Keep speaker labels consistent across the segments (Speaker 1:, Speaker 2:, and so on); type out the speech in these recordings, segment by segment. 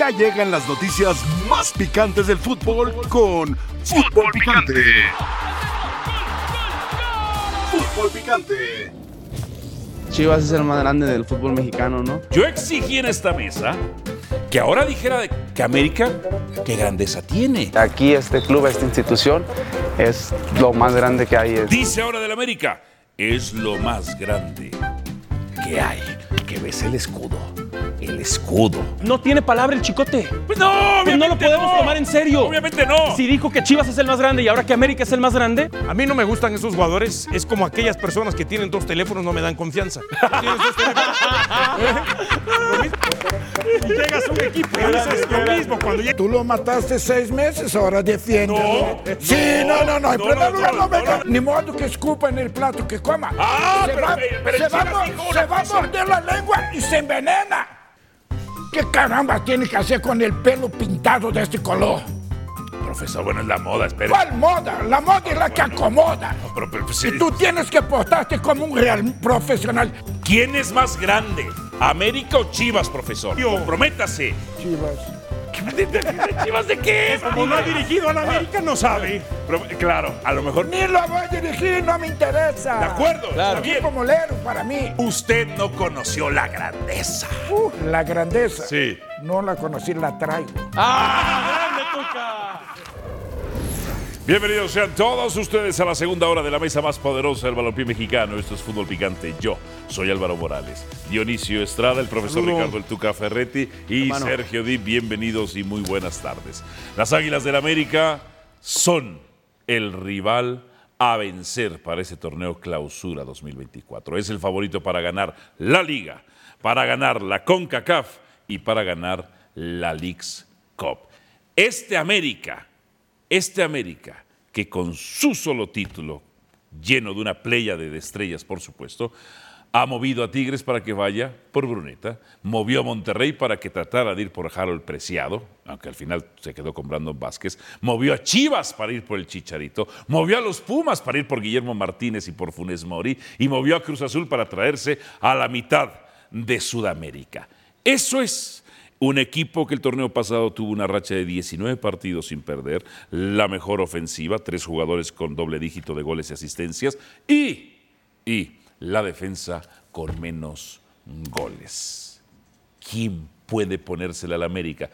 Speaker 1: Ya llegan las noticias más picantes del fútbol con Fútbol Picante. Fútbol Picante.
Speaker 2: Chivas es el más grande del fútbol mexicano, ¿no?
Speaker 3: Yo exigí en esta mesa que ahora dijera de- que América, qué grandeza tiene.
Speaker 2: Aquí este club, esta institución, es lo más grande que hay.
Speaker 3: Dice ahora del América, es lo más grande que hay. Que ves el escudo. El escudo.
Speaker 4: No tiene palabra el chicote.
Speaker 3: Pues no,
Speaker 4: Pues no lo
Speaker 3: obviamente
Speaker 4: podemos
Speaker 3: no.
Speaker 4: tomar en serio.
Speaker 3: Obviamente no.
Speaker 4: Si dijo que Chivas es el más grande y ahora que América es el más grande,
Speaker 5: A mí no me gustan esos jugadores. Es como aquellas personas que tienen dos teléfonos, no me dan confianza. Tienes dos teléfonos. Lo mismo. Y llegas a un equipo y dices lo mismo. Cuando llegas.
Speaker 6: Tú lo mataste seis meses, ahora defiende.
Speaker 3: No,
Speaker 6: Sí, no, no, no. En
Speaker 3: no,
Speaker 6: primer
Speaker 3: no,
Speaker 6: lugar,
Speaker 3: no,
Speaker 6: no me
Speaker 3: no,
Speaker 6: da-
Speaker 3: no.
Speaker 6: Ni modo que escupa en el plato que coma.
Speaker 3: Ah,
Speaker 6: se
Speaker 3: pero-
Speaker 6: va,
Speaker 3: pero
Speaker 6: se va, a
Speaker 3: Chivas
Speaker 6: mor-
Speaker 3: dijo una
Speaker 6: se va a
Speaker 3: cosa.
Speaker 6: morder la lengua y se envenena. ¿Qué caramba tiene que hacer con el pelo pintado de este color?
Speaker 3: Profesor, bueno, es la moda, espera.
Speaker 6: ¿Cuál moda? La moda es la que acomoda.
Speaker 3: Pero, pero, pues,
Speaker 6: Y tú tienes que portarte como un real profesional.
Speaker 3: ¿Quién es más grande? ¿América o Chivas, profesor? Comprométase.
Speaker 6: Chivas.
Speaker 3: ¿Chivas de qué es?
Speaker 5: Como no ha dirigido a la América, no sabe.
Speaker 3: Pero, claro, a lo mejor. De
Speaker 6: Ni lo voy a dirigir, no me interesa.
Speaker 3: acuerdo, está bien.
Speaker 6: Como lero para mí.
Speaker 3: Usted no conoció la grandeza.
Speaker 6: Uh, la grandeza.
Speaker 3: Sí. Ah,
Speaker 6: No la conocí, la traigo.
Speaker 3: Bienvenidos sean todos ustedes a la segunda hora de la mesa más poderosa del balompié mexicano. Esto es Fútbol Picante. Yo soy Álvaro Morales, Dionisio Estrada, el profesor Ricardo El Tuca Ferretti y Sergio Di. Bienvenidos y muy buenas tardes. Las Águilas del América son el rival a vencer para ese torneo clausura 2024. Es el favorito para ganar la Liga, para ganar la CONCACAF y para ganar la Leagues Cup. Este América este América, que con su solo título, lleno de una playa de estrellas, por supuesto, ha movido a Tigres para que vaya por Bruneta, movió a Monterrey para que tratara de ir por Harold Preciado, aunque al final se quedó con Brandon Vázquez, movió a Chivas para ir por el Chicharito, movió a los Pumas para ir por Guillermo Martínez y por Funes Mori, y movió a Cruz Azul para traerse a la mitad de Sudamérica. Eso es un equipo que el torneo pasado tuvo una racha de 19 partidos sin perder, la mejor ofensiva, tres jugadores con doble dígito de goles y asistencias, y, y la defensa con menos goles. ¿Quién puede ponérsela al América?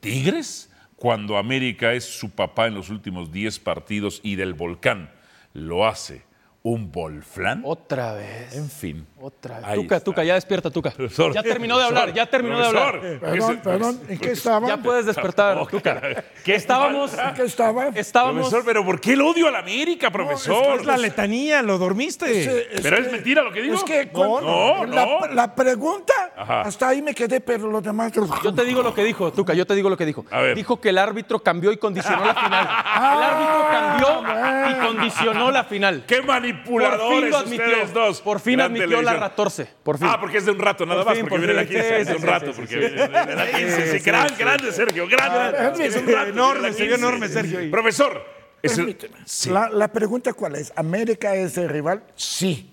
Speaker 3: ¿Tigres? Cuando América es su papá en los últimos 10 partidos y del volcán lo hace un volflán.
Speaker 4: otra vez.
Speaker 3: En fin.
Speaker 4: Otra vez.
Speaker 3: ahí
Speaker 4: Tuca,
Speaker 3: está.
Speaker 4: Tuca, ya despierta, Tuca.
Speaker 3: Profesor.
Speaker 4: ya terminó de hablar, ya terminó de
Speaker 3: Profesor,
Speaker 4: hablar.
Speaker 6: Perdón,
Speaker 3: ese-
Speaker 6: perdón. ¿En qué estaban?
Speaker 4: Ya puedes despertar,
Speaker 3: Ok.
Speaker 4: Tuca.
Speaker 3: ¿Qué
Speaker 4: Estábamos,
Speaker 3: ah,
Speaker 6: ¿En qué estaban?
Speaker 4: estábamos.
Speaker 3: Profesor, pero ¿por qué el odio a la América, profesor?
Speaker 5: Es la letanía, lo dormiste.
Speaker 3: pero es mentira lo que digo.
Speaker 6: Es que
Speaker 3: no,
Speaker 6: con-
Speaker 3: no,
Speaker 6: la,
Speaker 3: no.
Speaker 6: la pregunta,
Speaker 3: Ajá.
Speaker 6: hasta ahí me quedé, pero los demás.
Speaker 4: Yo te digo lo que dijo, Tuca, yo te digo lo que dijo.
Speaker 3: A ver.
Speaker 4: Dijo que el árbitro cambió y condicionó la final.
Speaker 6: Ah,
Speaker 4: El árbitro cambió y condicionó la final.
Speaker 3: Ah. Qué manipuladores
Speaker 4: lo admitió.
Speaker 3: ustedes dos.
Speaker 4: Por fin
Speaker 3: Gran
Speaker 4: admitió la
Speaker 3: televisión.
Speaker 4: ratorce. Por fin.
Speaker 3: Ah, porque es de un rato nada
Speaker 4: Por
Speaker 3: más,
Speaker 4: fin,
Speaker 3: porque
Speaker 4: por
Speaker 3: viene la
Speaker 4: fin.
Speaker 3: 15, es
Speaker 4: Sí,
Speaker 3: de un
Speaker 4: sí,
Speaker 3: rato,
Speaker 4: sí,
Speaker 3: porque
Speaker 4: sí, Ah,
Speaker 3: viene la 15. Sí, gran, grande, Sergio, gran. Es un rato,
Speaker 5: Enorme,
Speaker 3: viene la
Speaker 5: se vio
Speaker 3: 15.
Speaker 5: enorme, Sergio.
Speaker 3: Profesor, es el-
Speaker 6: Permíteme. La, la pregunta, ¿cuál es? ¿América es el rival? Sí.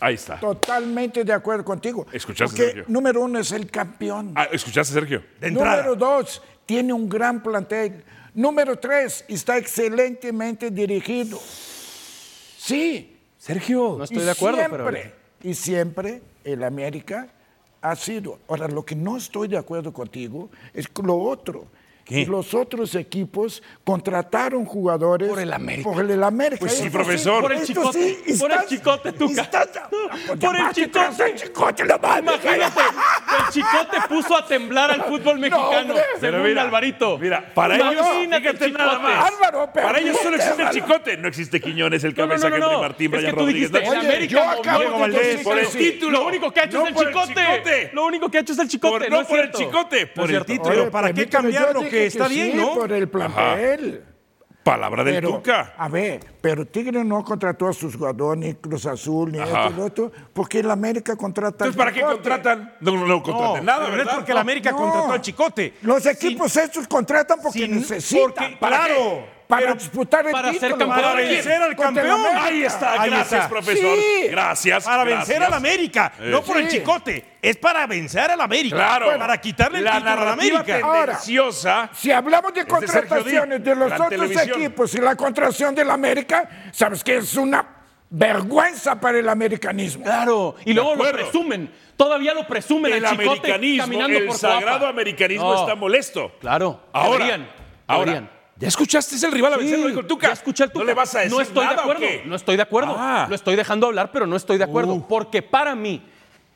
Speaker 3: ahí está.
Speaker 6: Totalmente de acuerdo contigo.
Speaker 3: Escuchaste,
Speaker 6: Porque
Speaker 3: Sergio.
Speaker 6: número uno es el campeón.
Speaker 3: Ah, ¿Escuchaste, Sergio?
Speaker 6: Número dos, tiene un gran plantel. Número tres, está excelentemente dirigido. Sí.
Speaker 3: Sergio.
Speaker 4: No estoy
Speaker 6: y
Speaker 4: de acuerdo, pero.
Speaker 6: siempre, Y siempre el América ha sido. Ahora, lo que no estoy de acuerdo contigo es con lo otro. Los otros equipos contrataron jugadores por el América. Por el América.
Speaker 3: Pues sí,
Speaker 6: Esto
Speaker 3: profesor.
Speaker 4: Por el
Speaker 6: esto
Speaker 4: chicote, por el chicote, Tuca.
Speaker 6: estás-
Speaker 4: Por el
Speaker 6: llamaste tras
Speaker 4: chicote.
Speaker 6: el chicote, la madre.
Speaker 4: Imagínate, el chicote puso a temblar al fútbol mexicano,
Speaker 6: hombre.
Speaker 4: según Alvarito.
Speaker 3: Mira, para ellos,
Speaker 4: Imagínate,
Speaker 3: fíjate
Speaker 4: chicote.
Speaker 3: nada más.
Speaker 6: Álvaro, pero
Speaker 3: para ellos solo existe el
Speaker 6: Álvaro.
Speaker 3: chicote. No existe Quiñones, el
Speaker 4: No, no, no,
Speaker 3: cabeza
Speaker 4: no,
Speaker 3: Henry
Speaker 4: no.
Speaker 3: Martín,
Speaker 4: es que
Speaker 3: Brian
Speaker 4: tú
Speaker 3: Rodríguez.
Speaker 4: dijiste,
Speaker 3: No,
Speaker 4: el
Speaker 6: Oye,
Speaker 4: América
Speaker 6: yo
Speaker 4: movió
Speaker 6: acabo
Speaker 4: Diego
Speaker 6: de
Speaker 4: Valdés
Speaker 6: decir
Speaker 4: por
Speaker 6: que
Speaker 4: el
Speaker 6: sí.
Speaker 4: título. Lo único que ha hecho
Speaker 3: No
Speaker 4: es el
Speaker 3: por el
Speaker 4: chicote.
Speaker 3: chicote.
Speaker 4: Lo único que ha hecho es el chicote.
Speaker 3: Por-
Speaker 4: no
Speaker 3: no
Speaker 4: es
Speaker 3: por el
Speaker 4: cierto.
Speaker 3: chicote, por
Speaker 4: No es
Speaker 3: el
Speaker 4: cierto.
Speaker 3: título.
Speaker 5: Pero ¿para qué
Speaker 6: permíteme,
Speaker 5: cambiar
Speaker 6: yo
Speaker 5: lo
Speaker 6: dije
Speaker 5: que está bien,
Speaker 6: sí,
Speaker 5: no?
Speaker 6: Por el plantel.
Speaker 3: Palabra del
Speaker 6: Pero,
Speaker 3: Tuca.
Speaker 6: A ver, pero Tigre no contrató a sus jugadores, ni Cruz Azul, ni
Speaker 3: Ajá.
Speaker 6: esto y lo otro, porque el América contrata.
Speaker 3: Entonces, ¿para qué
Speaker 6: chicote.
Speaker 3: contratan? No, no, no
Speaker 5: No,
Speaker 3: contratan nada,
Speaker 5: pero es
Speaker 3: ¿verdad?
Speaker 5: porque la América
Speaker 6: No.
Speaker 5: contrató al chicote.
Speaker 6: Los equipos estos contratan porque
Speaker 5: Sin-
Speaker 6: necesitan.
Speaker 5: porque-
Speaker 6: ¿Para
Speaker 5: claro.
Speaker 6: qué? para disputar el
Speaker 4: para ser
Speaker 6: título.
Speaker 4: campeón.
Speaker 5: Para
Speaker 4: ¿Quién?
Speaker 5: vencer al
Speaker 6: Contra
Speaker 5: campeón.
Speaker 6: la América.
Speaker 3: Ahí está,
Speaker 5: Ahí
Speaker 3: gracias,
Speaker 5: está.
Speaker 3: profesor.
Speaker 6: Sí.
Speaker 3: Gracias.
Speaker 5: Para vencer
Speaker 3: gracias. Eh,
Speaker 5: al América, no por el
Speaker 6: Sí.
Speaker 5: chicote, es para vencer al América. pues,
Speaker 3: Claro.
Speaker 5: Para quitarle el
Speaker 3: la
Speaker 5: título al
Speaker 3: narrativa
Speaker 5: América.
Speaker 6: Ahora.
Speaker 3: tendenciosa.
Speaker 6: Si hablamos de
Speaker 3: de Sergio
Speaker 6: contrataciones
Speaker 3: Díaz,
Speaker 6: de los
Speaker 3: la
Speaker 6: otros
Speaker 3: televisión.
Speaker 6: equipos y la contratación del América, sabes que es una vergüenza para el americanismo.
Speaker 4: Claro, y luego lo
Speaker 3: acuerdo.
Speaker 4: presumen. Todavía lo presumen
Speaker 3: el
Speaker 4: al chicote
Speaker 3: americanismo,
Speaker 4: caminando
Speaker 3: el
Speaker 4: por Coapa.
Speaker 3: sagrado americanismo
Speaker 4: No,
Speaker 3: está molesto.
Speaker 4: Claro,
Speaker 3: Ahora,
Speaker 4: deberían,
Speaker 3: ahora,
Speaker 4: deberían.
Speaker 3: ¿ya escuchaste? Es el rival a vencer, lo dijo el Tuca.
Speaker 4: Ya escuché al
Speaker 3: ¿No
Speaker 4: Tuca.
Speaker 3: le vas a decir
Speaker 4: No estoy
Speaker 3: nada
Speaker 4: de
Speaker 3: o
Speaker 4: acuerdo.
Speaker 3: qué?
Speaker 4: No estoy de acuerdo.
Speaker 3: Ah. Uh.
Speaker 4: Lo estoy dejando hablar, pero no estoy de acuerdo. Porque para mí,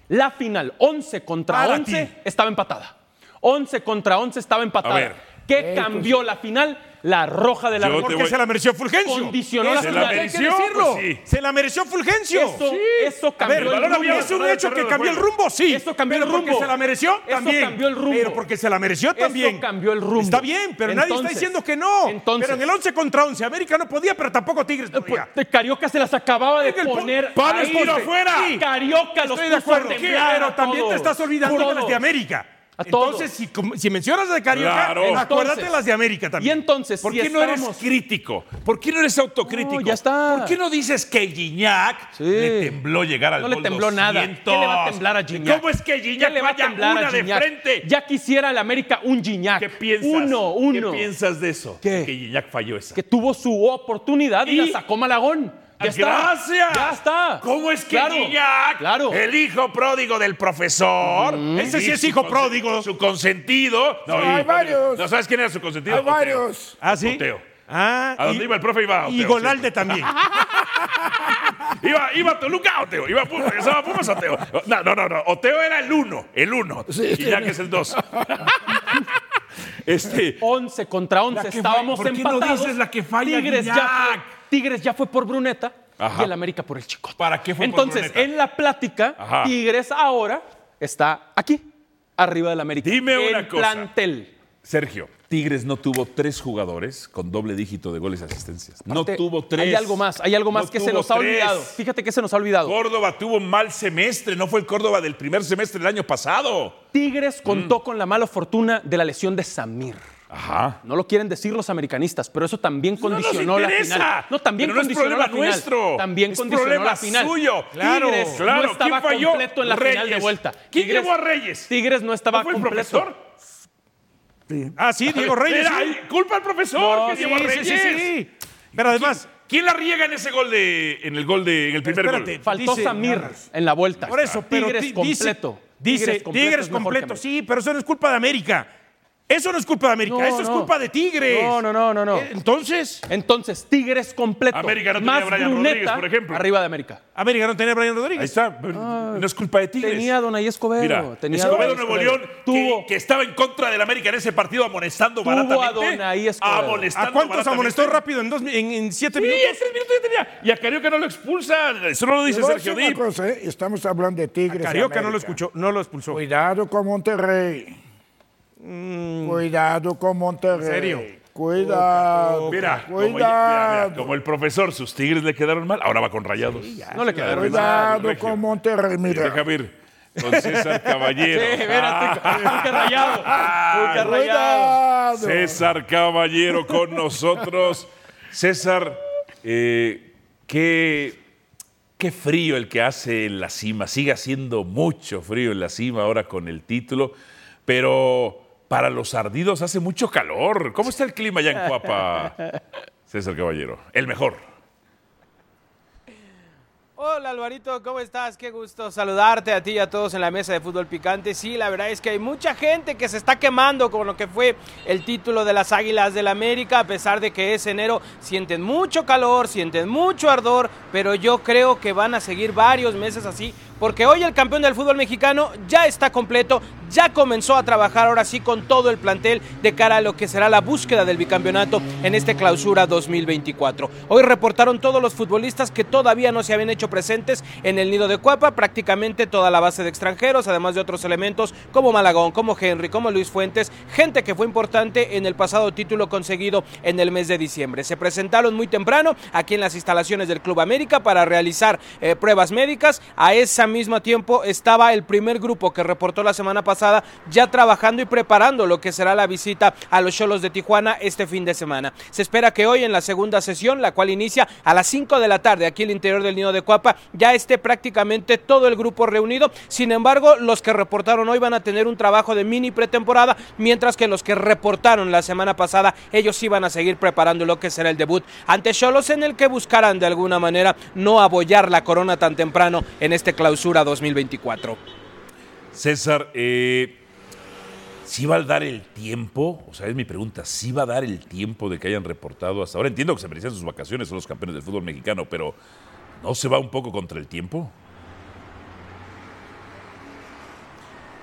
Speaker 4: la final 11 contra
Speaker 5: Para
Speaker 4: 11
Speaker 5: ti.
Speaker 4: estaba empatada. 11 contra 11 estaba empatada.
Speaker 3: ver.
Speaker 4: ¿Qué cambió la final? La roja de la
Speaker 3: Yo te
Speaker 5: Porque
Speaker 3: voy-
Speaker 5: se la mereció Fulgencio.
Speaker 4: Condicionó la
Speaker 5: Eso
Speaker 3: Se
Speaker 5: es
Speaker 3: la
Speaker 5: lo que hay que
Speaker 3: mereció,
Speaker 5: decirlo.
Speaker 3: pues sí.
Speaker 5: Se la mereció Fulgencio.
Speaker 4: Eso, eso
Speaker 5: A ver,
Speaker 4: cambió
Speaker 5: valor
Speaker 4: el rumbo.
Speaker 5: aviado es un hecho que cambió el rumbo, sí.
Speaker 4: Eso cambió
Speaker 5: Pero
Speaker 4: el rumbo.
Speaker 5: porque se la mereció
Speaker 4: Eso
Speaker 5: también.
Speaker 4: cambió el rumbo.
Speaker 5: Pero porque se la mereció
Speaker 4: Eso
Speaker 5: también.
Speaker 4: cambió el rumbo.
Speaker 5: Está bien, pero nadie está
Speaker 4: Entonces,
Speaker 5: diciendo que no.
Speaker 4: entonces.
Speaker 5: pero en el 11 contra 11, América no podía, pero tampoco Tigres
Speaker 4: Eh,
Speaker 5: podía.
Speaker 4: pues, Carioca se las acababa de
Speaker 5: En el po-
Speaker 4: poner.
Speaker 5: Pablo
Speaker 4: ahí.
Speaker 5: Escobar afuera.
Speaker 4: Sí, Carioca los
Speaker 5: Estoy
Speaker 4: puso
Speaker 5: de
Speaker 4: a
Speaker 5: acuerdo,
Speaker 4: temblar
Speaker 5: pero
Speaker 4: a
Speaker 5: también te
Speaker 4: todos.
Speaker 5: estás olvidando
Speaker 4: Todos.
Speaker 5: de las de América.
Speaker 4: A todos.
Speaker 5: Entonces, si, com- si mencionas de Carioca,
Speaker 3: Claro.
Speaker 5: acuérdate
Speaker 4: Entonces,
Speaker 5: de las de América también.
Speaker 4: y entonces,
Speaker 5: ¿Por
Speaker 4: si
Speaker 5: qué no
Speaker 3: eres
Speaker 4: estábamos-
Speaker 3: crítico? ¿Por qué no eres autocrítico?
Speaker 4: No, ya está.
Speaker 3: ¿Por qué no dices que Gignac
Speaker 4: Sí.
Speaker 3: le tembló llegar al
Speaker 4: No le
Speaker 3: gol
Speaker 4: tembló nada. ¿Qué
Speaker 3: 200?
Speaker 4: le va a temblar a Gignac?
Speaker 3: ¿Cómo es que Gignac
Speaker 4: ¿Qué le va a
Speaker 3: vaya
Speaker 4: temblar
Speaker 3: una
Speaker 4: a
Speaker 3: de
Speaker 4: Gignac?
Speaker 3: frente?
Speaker 4: Ya quisiera la América un Gignac.
Speaker 3: ¿Qué piensas?
Speaker 4: Uno, uno.
Speaker 3: ¿Qué piensas de eso?
Speaker 4: ¿Qué?
Speaker 3: De Que Gignac falló esa.
Speaker 4: Que tuvo su oportunidad y,
Speaker 3: Y-
Speaker 4: la sacó Malagón.
Speaker 3: Ah,
Speaker 4: Ya está.
Speaker 3: ¡Gracias!
Speaker 4: Ya está.
Speaker 3: ¿Cómo es que
Speaker 4: Claro,
Speaker 3: Gignac,
Speaker 4: Claro.
Speaker 3: el hijo pródigo del profesor,
Speaker 5: Ese sí
Speaker 3: y
Speaker 5: es
Speaker 3: su
Speaker 5: hijo
Speaker 3: conse-
Speaker 5: pródigo.
Speaker 3: Su consentido. No,
Speaker 6: Sí,
Speaker 3: hijo
Speaker 6: hay
Speaker 3: de-
Speaker 6: varios.
Speaker 3: ¿No sabes quién era su consentido?
Speaker 6: Hay
Speaker 3: Oteo.
Speaker 6: varios.
Speaker 5: ¿Ah, sí?
Speaker 3: Oteo.
Speaker 5: Ah,
Speaker 3: A donde
Speaker 5: y-
Speaker 3: iba el profe iba Oteo.
Speaker 5: Y Golalde también.
Speaker 3: Iba, iba Toluca Oteo, iba Pumas, regresaba Pumas Oteo. No, no, no, no, Oteo era el uno, el uno. Y ya que es el dos. este,
Speaker 4: 11 contra 11
Speaker 3: que
Speaker 4: estábamos
Speaker 3: falla- ¿por qué no
Speaker 4: empatados.
Speaker 3: dices la que falla
Speaker 4: Tigres ya,
Speaker 3: Guiñac?
Speaker 4: fue, Tigres ya fue por Bruneta
Speaker 3: Ajá.
Speaker 4: y el América por el Chicote.
Speaker 3: ¿Para qué fue por
Speaker 4: Entonces,
Speaker 3: Bruneta?
Speaker 4: en la plática,
Speaker 3: Ajá.
Speaker 4: Tigres ahora está aquí, arriba del América.
Speaker 3: Dime una
Speaker 4: en
Speaker 3: cosa.
Speaker 4: plantel.
Speaker 3: Sergio, Tigres no tuvo tres jugadores con doble dígito de goles y asistencias. No
Speaker 4: Te-
Speaker 3: tuvo tres.
Speaker 4: Hay algo más, hay algo más
Speaker 3: No
Speaker 4: que se
Speaker 3: tuvo
Speaker 4: nos ha
Speaker 3: tres.
Speaker 4: olvidado. Fíjate que se nos ha olvidado.
Speaker 3: Córdoba tuvo un mal semestre, no fue el Córdoba del primer semestre del año pasado.
Speaker 4: Tigres contó con la mala fortuna de la lesión de Samir.
Speaker 3: Mm. Ajá.
Speaker 4: No lo quieren decir los americanistas, pero eso también
Speaker 3: No nos
Speaker 4: condicionó la
Speaker 3: interesa.
Speaker 4: final. No, también
Speaker 3: Pero no es
Speaker 4: condicionó
Speaker 3: problema
Speaker 4: la final.
Speaker 3: nuestro.
Speaker 4: También
Speaker 3: Es
Speaker 4: condicionó
Speaker 3: problema
Speaker 4: la final.
Speaker 3: suyo.
Speaker 5: Claro.
Speaker 4: Tigres
Speaker 3: Claro.
Speaker 4: no estaba
Speaker 3: ¿Quién falló?
Speaker 4: completo en la final de
Speaker 3: Reyes.
Speaker 4: vuelta.
Speaker 3: ¿Quién llevó a Reyes?
Speaker 4: Tigres no estaba
Speaker 3: ¿No fue el
Speaker 4: completo.
Speaker 3: profesor?
Speaker 5: Ah, sí, Diego Reyes.
Speaker 3: Era,
Speaker 5: sí.
Speaker 3: culpa al profesor que
Speaker 5: Sí,
Speaker 3: llevó a
Speaker 5: sí,
Speaker 3: Reyes.
Speaker 5: sí, sí. Pero además,
Speaker 3: ¿Quién la riega en ese gol de en el gol de en el primer
Speaker 5: Espérate.
Speaker 3: gol?
Speaker 4: Faltó
Speaker 5: Dice-
Speaker 4: Samir en la vuelta.
Speaker 5: por eso, pero
Speaker 4: Tigres
Speaker 5: ti- dice-
Speaker 4: completo.
Speaker 5: Dice, Tigres
Speaker 4: completo
Speaker 5: completo,
Speaker 4: es mejor que América.
Speaker 5: sí, pero eso no es culpa de América. Eso no es culpa de América,
Speaker 4: No,
Speaker 5: eso es
Speaker 4: no.
Speaker 5: culpa de Tigres.
Speaker 4: No, no, no, no, no.
Speaker 5: Eh, Entonces,
Speaker 4: Entonces, Tigres completo.
Speaker 3: América no tenía
Speaker 4: más
Speaker 3: a Brian
Speaker 4: Bruneta,
Speaker 3: Rodríguez, por ejemplo.
Speaker 4: Arriba de América.
Speaker 5: América no tenía a Brian
Speaker 3: Ahí
Speaker 5: Rodríguez.
Speaker 3: está. No es culpa de Tigres.
Speaker 4: Tenía a Donay Escobedo.
Speaker 3: Mira,
Speaker 4: tenía a
Speaker 3: Escobedo
Speaker 4: Donay
Speaker 3: Nuevo
Speaker 4: Escobedo.
Speaker 3: León,
Speaker 4: Tuvo-
Speaker 3: que, que estaba en contra del América en ese partido amonestando
Speaker 4: Tuvo a
Speaker 3: baratamente.
Speaker 4: Donaí Escobedo.
Speaker 3: Amonestando
Speaker 5: ¿A cuántos
Speaker 3: baratamente.
Speaker 5: amonestó rápido en, dos, mi- en, en siete
Speaker 3: Sí,
Speaker 5: minutos?
Speaker 3: en tres minutos ya tenía. Y a Carioca no lo expulsan. Eso no lo dice
Speaker 6: Te voy a
Speaker 3: Sergio Ah,
Speaker 6: decir una
Speaker 3: Dip.
Speaker 6: cosa, ¿eh? Estamos hablando de Tigres. y
Speaker 5: Carioca no lo
Speaker 6: América.
Speaker 5: escuchó, no lo expulsó.
Speaker 6: Cuidado con Monterrey.
Speaker 3: Mm.
Speaker 6: Cuidado con Monterrey.
Speaker 5: serio?
Speaker 6: Cuidado.
Speaker 3: Mira, como, oye, mira, mira,
Speaker 6: cuidado.
Speaker 3: como el profesor, sus tigres le quedaron mal, ahora va con rayados.
Speaker 4: No le quedaron
Speaker 6: Cuidado
Speaker 3: Regio.
Speaker 6: con Monterrey. Mira.
Speaker 3: Déjame ir con César Caballero. Ah,
Speaker 4: Sí, espérate, muy carrayado. Muy carrayado.
Speaker 6: Cuidado.
Speaker 3: César Caballero con nosotros. César, eh, qué, qué frío el que hace en la cima. Sigue haciendo mucho frío en la cima ahora con el título, pero para los ardidos hace mucho calor. ¿Cómo está el clima allá en Cuapa, César Caballero? El mejor.
Speaker 7: Hola Alvarito, ¿cómo estás? Qué gusto saludarte a ti y a todos en la mesa de fútbol picante. Sí, la verdad es que hay mucha gente que se está quemando con lo que fue el título de las Águilas del América, a pesar de que es enero, sienten mucho calor, sienten mucho ardor, pero yo creo que van a seguir varios meses así, porque hoy el campeón del fútbol mexicano ya está completo, ya comenzó a trabajar ahora sí con todo el plantel de cara a lo que será la búsqueda del bicampeonato en este clausura 2024. Hoy reportaron todos los futbolistas que todavía no se habían hecho presentes en el nido de Cuapa, prácticamente toda la base de extranjeros, además de otros elementos como Malagón, como Henry, como Luis Fuentes, gente que fue importante en el pasado título conseguido en el mes de diciembre. Se presentaron muy temprano aquí en las instalaciones del Club América para realizar eh, pruebas médicas. A ese mismo tiempo estaba el primer grupo que reportó la semana pasada pasada, ya trabajando y preparando lo que será la visita a los Cholos de Tijuana este fin de semana. Se espera que hoy en la segunda sesión, la cual inicia a las 5 de la tarde aquí en el interior del Nido de Cuapa, ya esté prácticamente todo el grupo reunido. Sin embargo, los que reportaron hoy van a tener un trabajo de mini pretemporada, mientras que los que reportaron la semana pasada, ellos iban a seguir preparando lo que será el debut ante Cholos en el que buscarán de alguna manera no abollar la corona tan temprano en este clausura 2024.
Speaker 3: César, eh, ¿sí va a dar el tiempo? O sea, es mi pregunta, ¿sí va a dar el tiempo de que hayan reportado hasta ahora? Entiendo que se merecen sus vacaciones, son los campeones del fútbol mexicano, pero ¿no se va un poco contra el tiempo?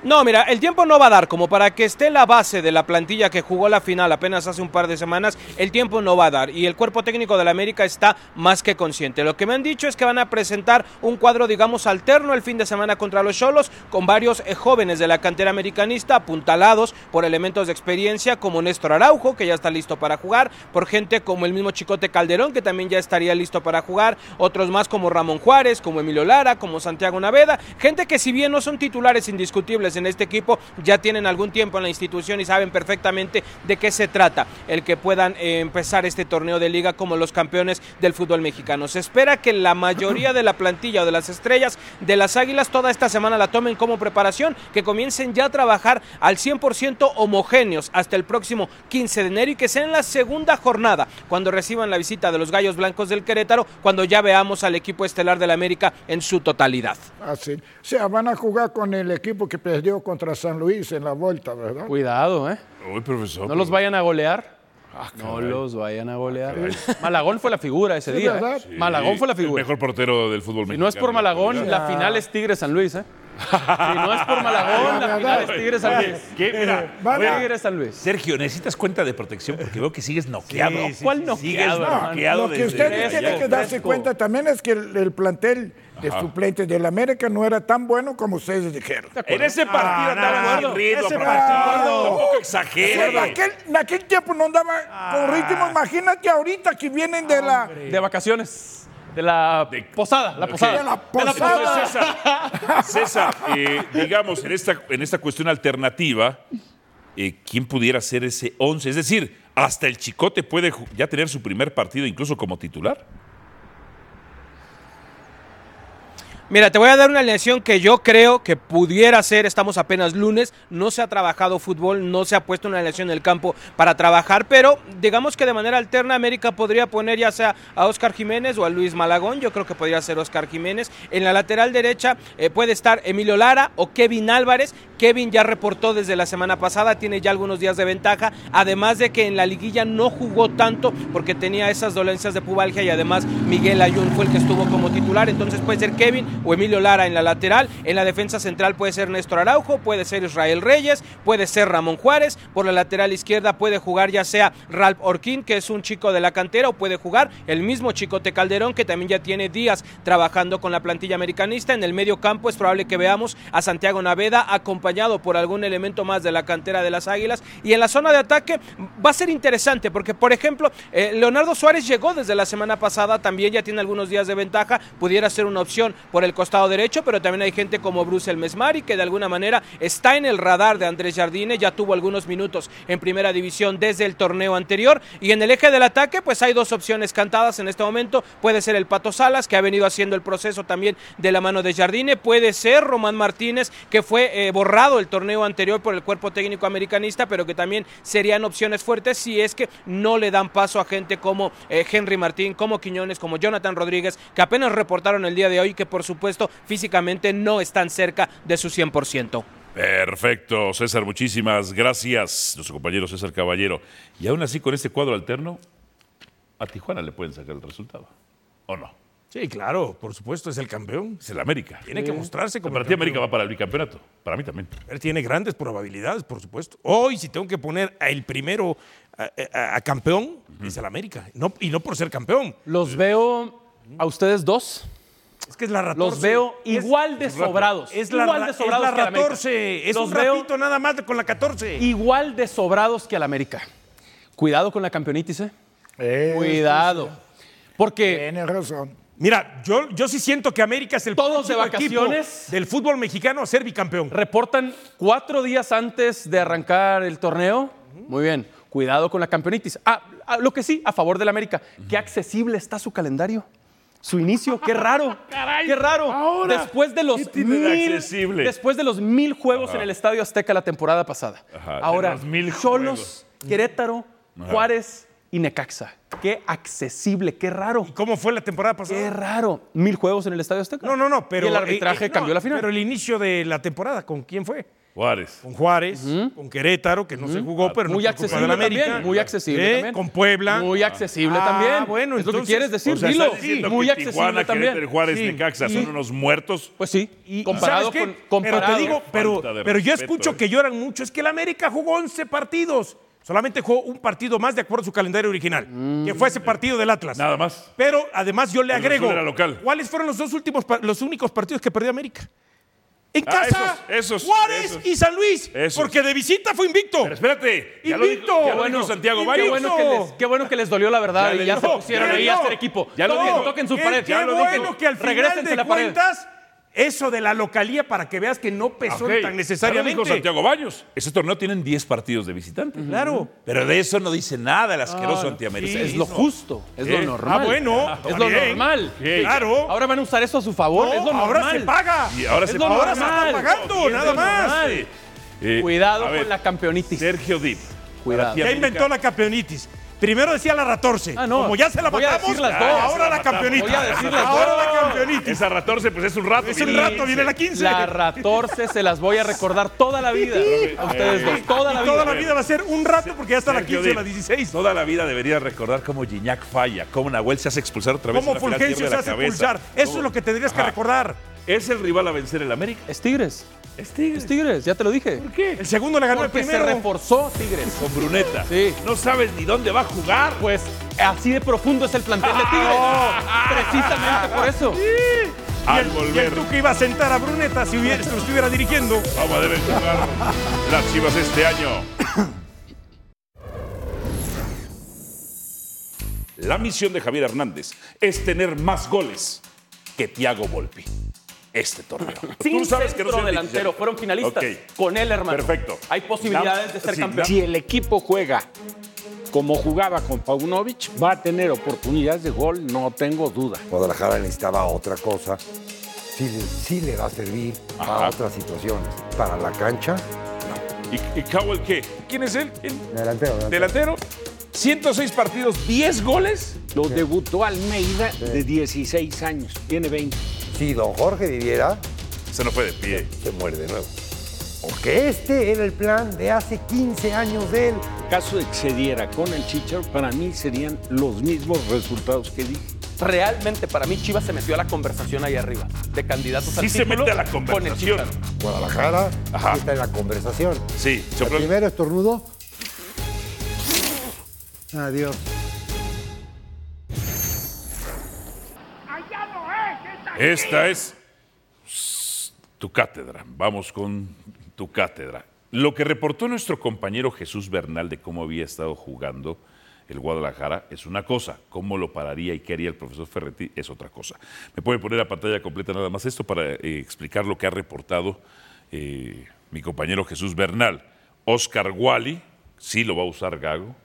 Speaker 7: No, mira, el tiempo no va a dar como para que esté la base de la plantilla que jugó la final apenas hace un par de semanas, el tiempo no va a dar y el cuerpo técnico de la América está más que consciente. Lo que me han dicho es que van a presentar un cuadro, digamos, alterno el fin de semana contra los Cholos con varios eh, jóvenes de la cantera americanista apuntalados por elementos de experiencia como Néstor Araujo, que ya está listo para jugar, por gente como el mismo Chicote Calderón, que también ya estaría listo para jugar, otros más como Ramón Juárez, como Emilio Lara, como Santiago Naveda, gente que si bien no son titulares indiscutibles, en este equipo ya tienen algún tiempo en la institución y saben perfectamente de qué se trata el que puedan eh, empezar este torneo de liga como los campeones del fútbol mexicano. Se espera que la mayoría de la plantilla o de las estrellas de las Águilas toda esta semana la tomen como preparación, que comiencen ya a trabajar al 100% homogéneos hasta el próximo 15 de enero y que sea en la segunda jornada cuando reciban la visita de los Gallos Blancos del Querétaro, cuando ya veamos al equipo estelar del América en su totalidad.
Speaker 6: Así. O sea, van a jugar con el equipo que perdió contra San Luis en la vuelta, ¿verdad?
Speaker 4: Cuidado, ¿eh?
Speaker 3: Uy, profesor. Ah,
Speaker 4: No los vayan a golear. No
Speaker 3: caray. Ah,
Speaker 4: los vayan a golear.
Speaker 3: caray.
Speaker 4: Malagón fue la figura ese
Speaker 6: Sí,
Speaker 4: día. ¿eh?
Speaker 6: ¿verdad?
Speaker 4: Malagón fue la
Speaker 3: El
Speaker 4: figura.
Speaker 3: mejor portero del fútbol
Speaker 4: Si
Speaker 3: mexicano.
Speaker 4: no es por Malagón, la final es Tigres San Luis, ¿eh? Si no es por Malagón, la final es Tigres San Luis. Eh,
Speaker 3: ¿Qué? Mira,
Speaker 6: Van a-
Speaker 4: Tigres San Luis.
Speaker 3: Sergio, necesitas cuenta de protección porque veo que sigues noqueado.
Speaker 4: sí, sí, ¿Cuál sí,
Speaker 3: Sigues
Speaker 4: noqueado, hermano?
Speaker 3: noqueado
Speaker 6: Lo que
Speaker 3: desde-
Speaker 6: ustedes
Speaker 4: desde
Speaker 6: tienen
Speaker 4: allá,
Speaker 6: que darse
Speaker 4: fresco.
Speaker 6: cuenta también es que el, el plantel de suplentes del América no era tan bueno como ustedes dijeron.
Speaker 3: En ese partido andaba sin ritmo,
Speaker 5: Ese
Speaker 3: profesor.
Speaker 5: partido.
Speaker 3: Tampoco
Speaker 6: En
Speaker 3: exagere.
Speaker 6: aquel, en aquel tiempo no andaba
Speaker 3: Ah.
Speaker 6: con ritmo. Imagínate ahorita que vienen de la, de
Speaker 4: De vacaciones. De la
Speaker 3: De-
Speaker 4: posada, la posada.
Speaker 6: la
Speaker 3: Entonces,
Speaker 6: posada.
Speaker 3: César, César, eh, digamos, en esta, en esta cuestión alternativa, eh, ¿quién pudiera ser ese 11? Es decir, hasta el Chicote puede ju- ya tener su primer partido incluso como titular.
Speaker 7: Mira, te voy a dar una alineación que yo creo que pudiera ser. Estamos apenas lunes, no se ha trabajado fútbol, no se ha puesto una alineación en el campo para trabajar, pero digamos que de manera alterna América podría poner ya sea a Oscar Jiménez o a Luis Malagón. Yo creo que podría ser Oscar Jiménez. En la lateral derecha eh, puede estar Emilio Lara o Kevin Álvarez. Kevin ya reportó desde la semana pasada, tiene ya algunos días de ventaja. Además de que en la liguilla no jugó tanto porque tenía esas dolencias de pubalgia y además Miguel Ayun fue el que estuvo como titular. Entonces puede ser Kevin o Emilio Lara en la lateral. En la defensa central puede ser Néstor Araujo, puede ser Israel Reyes, puede ser Ramón Juárez. Por la lateral izquierda puede jugar ya sea Ralph Orquín, que es un chico de la cantera, o puede jugar el mismo Chicote Calderón, que también ya tiene días trabajando con la plantilla americanista. En el medio campo es probable que veamos a Santiago Naveda acompañado por algún elemento más de la cantera de las Águilas. Y en la zona de ataque va a ser interesante, porque por ejemplo, eh, Leonardo Suárez llegó desde la semana pasada, también ya tiene algunos días de ventaja, pudiera ser una opción por el costado derecho, pero también hay gente como Bruce El Mesmari, que de alguna manera está en el radar de Andrés Jardine, ya tuvo algunos minutos en primera división desde el torneo anterior. Y en el eje del ataque, pues hay dos opciones cantadas en este momento. Puede ser el Pato Salas, que ha venido haciendo el proceso también de la mano de Jardine, puede ser Román Martínez, que fue eh, borrado el torneo anterior por el cuerpo técnico americanista, pero que también serían opciones fuertes si es que no le dan paso a gente como eh, Henry Martín, como Quiñones, como Jonathan Rodríguez, que apenas reportaron el día de hoy, que por supuesto físicamente no están cerca de su 100%.
Speaker 3: Perfecto, César, muchísimas gracias. Nuestro compañero César Caballero. Y aún así, con este cuadro alterno, a Tijuana le pueden sacar el resultado. ¿O no?
Speaker 5: Sí, claro, por supuesto, es el campeón.
Speaker 3: Es el América.
Speaker 5: Tiene que mostrarse como.
Speaker 3: Para ti, América va para el bicampeonato. Para mí también.
Speaker 5: Él tiene grandes probabilidades, por supuesto. Hoy, si tengo que poner al primero a, a- a campeón, es el América. No, y no por ser campeón.
Speaker 4: Los veo a ustedes dos.
Speaker 5: Es que es la ratorce.
Speaker 4: Los veo
Speaker 5: Es-
Speaker 4: igual de sobrados.
Speaker 5: Es la,
Speaker 4: igual
Speaker 5: ra-
Speaker 4: de sobrados
Speaker 5: es
Speaker 4: que
Speaker 5: la
Speaker 4: la América.
Speaker 5: 14. Es
Speaker 4: Los
Speaker 5: un
Speaker 4: veo
Speaker 5: ratito nada más con la 14.
Speaker 4: igual de sobrados que al América. Cuidado con la campeonitis, ¿eh?
Speaker 6: Eh,
Speaker 4: Cuidado. Porque
Speaker 6: Tienes razón.
Speaker 5: Mira, yo, yo sí siento que América es el
Speaker 4: Todos de
Speaker 5: próximo equipo
Speaker 4: vacaciones.
Speaker 5: del fútbol mexicano a ser bicampeón.
Speaker 4: Reportan cuatro días antes de arrancar el torneo. Muy bien. Cuidado con la campeonitis. Ah, ah, lo que sí, a favor del América. Qué accesible está su calendario. Su inicio, qué raro. qué raro.
Speaker 5: ahora,
Speaker 4: después de los
Speaker 3: ¿qué tiene de
Speaker 4: mil,
Speaker 3: accesible?
Speaker 4: después de los mil juegos en el Estadio Azteca la temporada pasada.
Speaker 3: Ajá, de
Speaker 4: ahora,
Speaker 3: los mil
Speaker 4: Cholos, Querétaro, Juárez y Necaxa. Qué accesible, qué raro.
Speaker 5: ¿Cómo fue la temporada
Speaker 4: Qué
Speaker 5: pasada?
Speaker 4: raro. Mil juegos en el Estadio Azteca.
Speaker 5: No, no, no, pero.
Speaker 4: Y el arbitraje
Speaker 5: eh, eh, no,
Speaker 4: cambió la final.
Speaker 5: Pero el inicio de la temporada, ¿con quién fue?
Speaker 3: Juárez.
Speaker 5: Con Juárez, con Querétaro, que no se jugó, pero
Speaker 4: Mm. muy
Speaker 5: no por culpa
Speaker 4: accesible
Speaker 5: del
Speaker 4: también,
Speaker 5: América.
Speaker 4: muy accesible
Speaker 5: ¿Eh?
Speaker 4: también.
Speaker 5: Con Puebla.
Speaker 4: Muy accesible
Speaker 5: Ah,
Speaker 4: también.
Speaker 5: bueno,
Speaker 4: es lo que
Speaker 5: entonces,
Speaker 4: quieres decir,
Speaker 5: o sea,
Speaker 4: dilo.
Speaker 5: estás diciendo
Speaker 4: Muy
Speaker 3: que
Speaker 4: accesible
Speaker 3: Tijuana, Querétaro,
Speaker 4: también.
Speaker 3: Juárez,
Speaker 5: Sí,
Speaker 3: Necaxa
Speaker 5: sí.
Speaker 3: son unos muertos.
Speaker 4: Pues sí,
Speaker 5: Y-
Speaker 4: comparado
Speaker 5: ¿sabes qué?
Speaker 4: con comparado.
Speaker 5: Pero te digo, pero,
Speaker 3: Falta de
Speaker 5: pero yo
Speaker 3: respeto,
Speaker 5: escucho
Speaker 3: ¿eh?
Speaker 5: que lloran mucho. Es que el América jugó 11 partidos. Solamente jugó un partido más de acuerdo a su calendario original,
Speaker 4: Mm.
Speaker 5: que fue ese partido del Atlas.
Speaker 3: Nada más.
Speaker 5: Pero además yo le
Speaker 3: El
Speaker 5: agrego,
Speaker 3: Azul era local.
Speaker 5: ¿cuáles fueron los dos últimos, pa- los únicos partidos que perdió América? En
Speaker 3: Ah,
Speaker 5: casa,
Speaker 3: esos, esos,
Speaker 5: Juárez
Speaker 3: esos.
Speaker 5: y San Luis,
Speaker 3: Esos.
Speaker 5: porque de visita fue invicto.
Speaker 3: Pero espérate. Ya lo
Speaker 5: Invicto.
Speaker 3: dijo, ya lo
Speaker 5: Bueno,
Speaker 3: dijo Santiago
Speaker 5: invicto.
Speaker 3: Bayo.
Speaker 4: Qué bueno, que les, qué bueno que les dolió la verdad
Speaker 3: Ya
Speaker 4: y ya
Speaker 3: le-
Speaker 4: se
Speaker 3: no,
Speaker 4: pusieron
Speaker 5: ya
Speaker 4: ahí
Speaker 5: no.
Speaker 4: a hacer equipo.
Speaker 3: Ya lo
Speaker 4: Toquen-
Speaker 3: dijo.
Speaker 4: Toquen su
Speaker 5: Qué-
Speaker 4: pared.
Speaker 5: Qué
Speaker 4: Ya lo
Speaker 5: bueno
Speaker 4: dijo.
Speaker 5: que al final
Speaker 4: Regrésense
Speaker 5: de
Speaker 4: la pared.
Speaker 5: cuentas, eso de la localía para que veas que no pesó tan
Speaker 3: Ok, ya lo dijo
Speaker 5: necesariamente.
Speaker 3: Santiago Baños. Ese torneo tienen 10 partidos de visitante.
Speaker 5: Claro.
Speaker 3: Pero de eso no dice nada el asqueroso antiamericanismo.
Speaker 4: Es lo justo, es lo
Speaker 3: Sí.
Speaker 4: normal.
Speaker 5: Ah, bueno,
Speaker 4: Es lo
Speaker 5: también.
Speaker 4: normal.
Speaker 3: Sí.
Speaker 5: Claro.
Speaker 4: Ahora van a usar eso a su favor.
Speaker 5: No,
Speaker 4: es lo normal.
Speaker 5: ahora se paga.
Speaker 3: Y ahora
Speaker 4: Es
Speaker 3: se
Speaker 4: lo
Speaker 3: ahora
Speaker 5: Ah, se está
Speaker 4: normal.
Speaker 5: pagando,
Speaker 4: Sí, es
Speaker 5: nada
Speaker 4: lo
Speaker 5: más.
Speaker 4: normal.
Speaker 3: Eh,
Speaker 4: Cuidado
Speaker 3: a ver,
Speaker 4: con la campeonitis.
Speaker 3: Sergio Dip.
Speaker 4: Cuidado.
Speaker 3: Para ti,
Speaker 5: Ya
Speaker 3: América.
Speaker 5: inventó la campeonitis. Primero decía la ratorce.
Speaker 4: Ah, no.
Speaker 5: Como ya se la
Speaker 4: Voy a
Speaker 5: matamos,
Speaker 4: decir las
Speaker 5: ya,
Speaker 4: dos.
Speaker 5: ahora
Speaker 3: Se la
Speaker 5: la,
Speaker 3: matamos.
Speaker 5: campeonitis.
Speaker 4: Voy a decir las
Speaker 5: ahora
Speaker 4: dos.
Speaker 5: la campeonitis.
Speaker 3: Esa 14, pues es un rato.
Speaker 5: Es un
Speaker 3: viene la
Speaker 5: rato, viene la 15.
Speaker 4: La ratorce se las voy a recordar toda la vida. A ustedes dos, toda la
Speaker 5: y toda
Speaker 4: vida.
Speaker 5: la vida va a ser un rato porque ya está la
Speaker 3: Sergio
Speaker 5: 15
Speaker 3: Dip.
Speaker 5: la 16.
Speaker 3: Toda la vida debería recordar cómo Gignac falla, cómo Nahuel se hace expulsar otra vez. en
Speaker 5: Como
Speaker 3: la final,
Speaker 5: Fulgencio
Speaker 3: pierde
Speaker 5: se
Speaker 3: la
Speaker 5: hace
Speaker 3: cabeza.
Speaker 5: pulsar. Eso
Speaker 3: ¿Cómo?
Speaker 5: es lo que tendrías que
Speaker 3: Ajá.
Speaker 5: recordar.
Speaker 3: ¿Es el rival a vencer el América?
Speaker 4: Es Tigres.
Speaker 3: Es Tigres.
Speaker 4: Es Tigres, ya te lo dije. ¿Por qué?
Speaker 5: El segundo le ganó el
Speaker 4: Porque se
Speaker 5: primero.
Speaker 4: reforzó Tigres.
Speaker 3: Con Bruneta.
Speaker 4: Sí.
Speaker 3: No sabes ni dónde va a jugar.
Speaker 4: Pues así de profundo es el plantel de Tigres. Precisamente por eso.
Speaker 5: Y
Speaker 3: Ah, Al
Speaker 5: el, y
Speaker 3: volver.
Speaker 5: el Tuca iba a sentar a Bruneta si hubiera, si lo estuviera dirigiendo.
Speaker 3: Vamos a deber jugar las chivas este año. La misión de Javier Hernández es tener más goles que Tiago Volpi. Este torneo.
Speaker 4: Sin centro
Speaker 3: soy el
Speaker 4: delantero,
Speaker 3: Villarreal.
Speaker 4: fueron finalistas.
Speaker 3: Ok.
Speaker 4: Con él, hermano.
Speaker 3: Perfecto.
Speaker 4: Hay posibilidades de ser
Speaker 3: Sí,
Speaker 4: campeón.
Speaker 8: Si el equipo juega como jugaba con Paunovic, va a tener oportunidades de gol, no tengo duda.
Speaker 9: Guadalajara necesitaba otra cosa. Sí, le- sí le va a servir
Speaker 3: Ajá.
Speaker 9: a otras situaciones. Para la cancha,
Speaker 3: ¿Y, y Cowell qué? ¿Quién es él? El
Speaker 9: delantero.
Speaker 3: delantero. 106 partidos, 10 goles.
Speaker 8: Lo debutó Almeida de 16 años, tiene 20.
Speaker 9: Si don Jorge viviera,
Speaker 3: Se nos fue de pie.
Speaker 9: se muere de nuevo. Porque este era el plan de hace 15 años de él.
Speaker 8: Caso excediera con el Chicharo, para mí serían los mismos resultados que dije.
Speaker 4: Realmente para mí Chivas se metió a la conversación ahí arriba de candidatos
Speaker 3: Sí
Speaker 4: al
Speaker 3: se
Speaker 4: título
Speaker 3: mete a la
Speaker 4: con el
Speaker 3: conversación.
Speaker 4: Chicharo.
Speaker 9: Guadalajara
Speaker 3: Ajá.
Speaker 9: está en la conversación.
Speaker 3: Sí, se
Speaker 9: El primero estornudo. Adiós.
Speaker 3: Esta es s- tu cátedra. Vamos con tu cátedra. Lo que reportó nuestro compañero Jesús Bernal de cómo había estado jugando el Guadalajara es una cosa. Cómo lo pararía y qué haría el profesor Ferretti es otra cosa. Me puede poner a pantalla completa nada más esto para eh, explicar lo que ha reportado eh, mi compañero Jesús Bernal. Oscar Wally, sí lo va a usar Gago.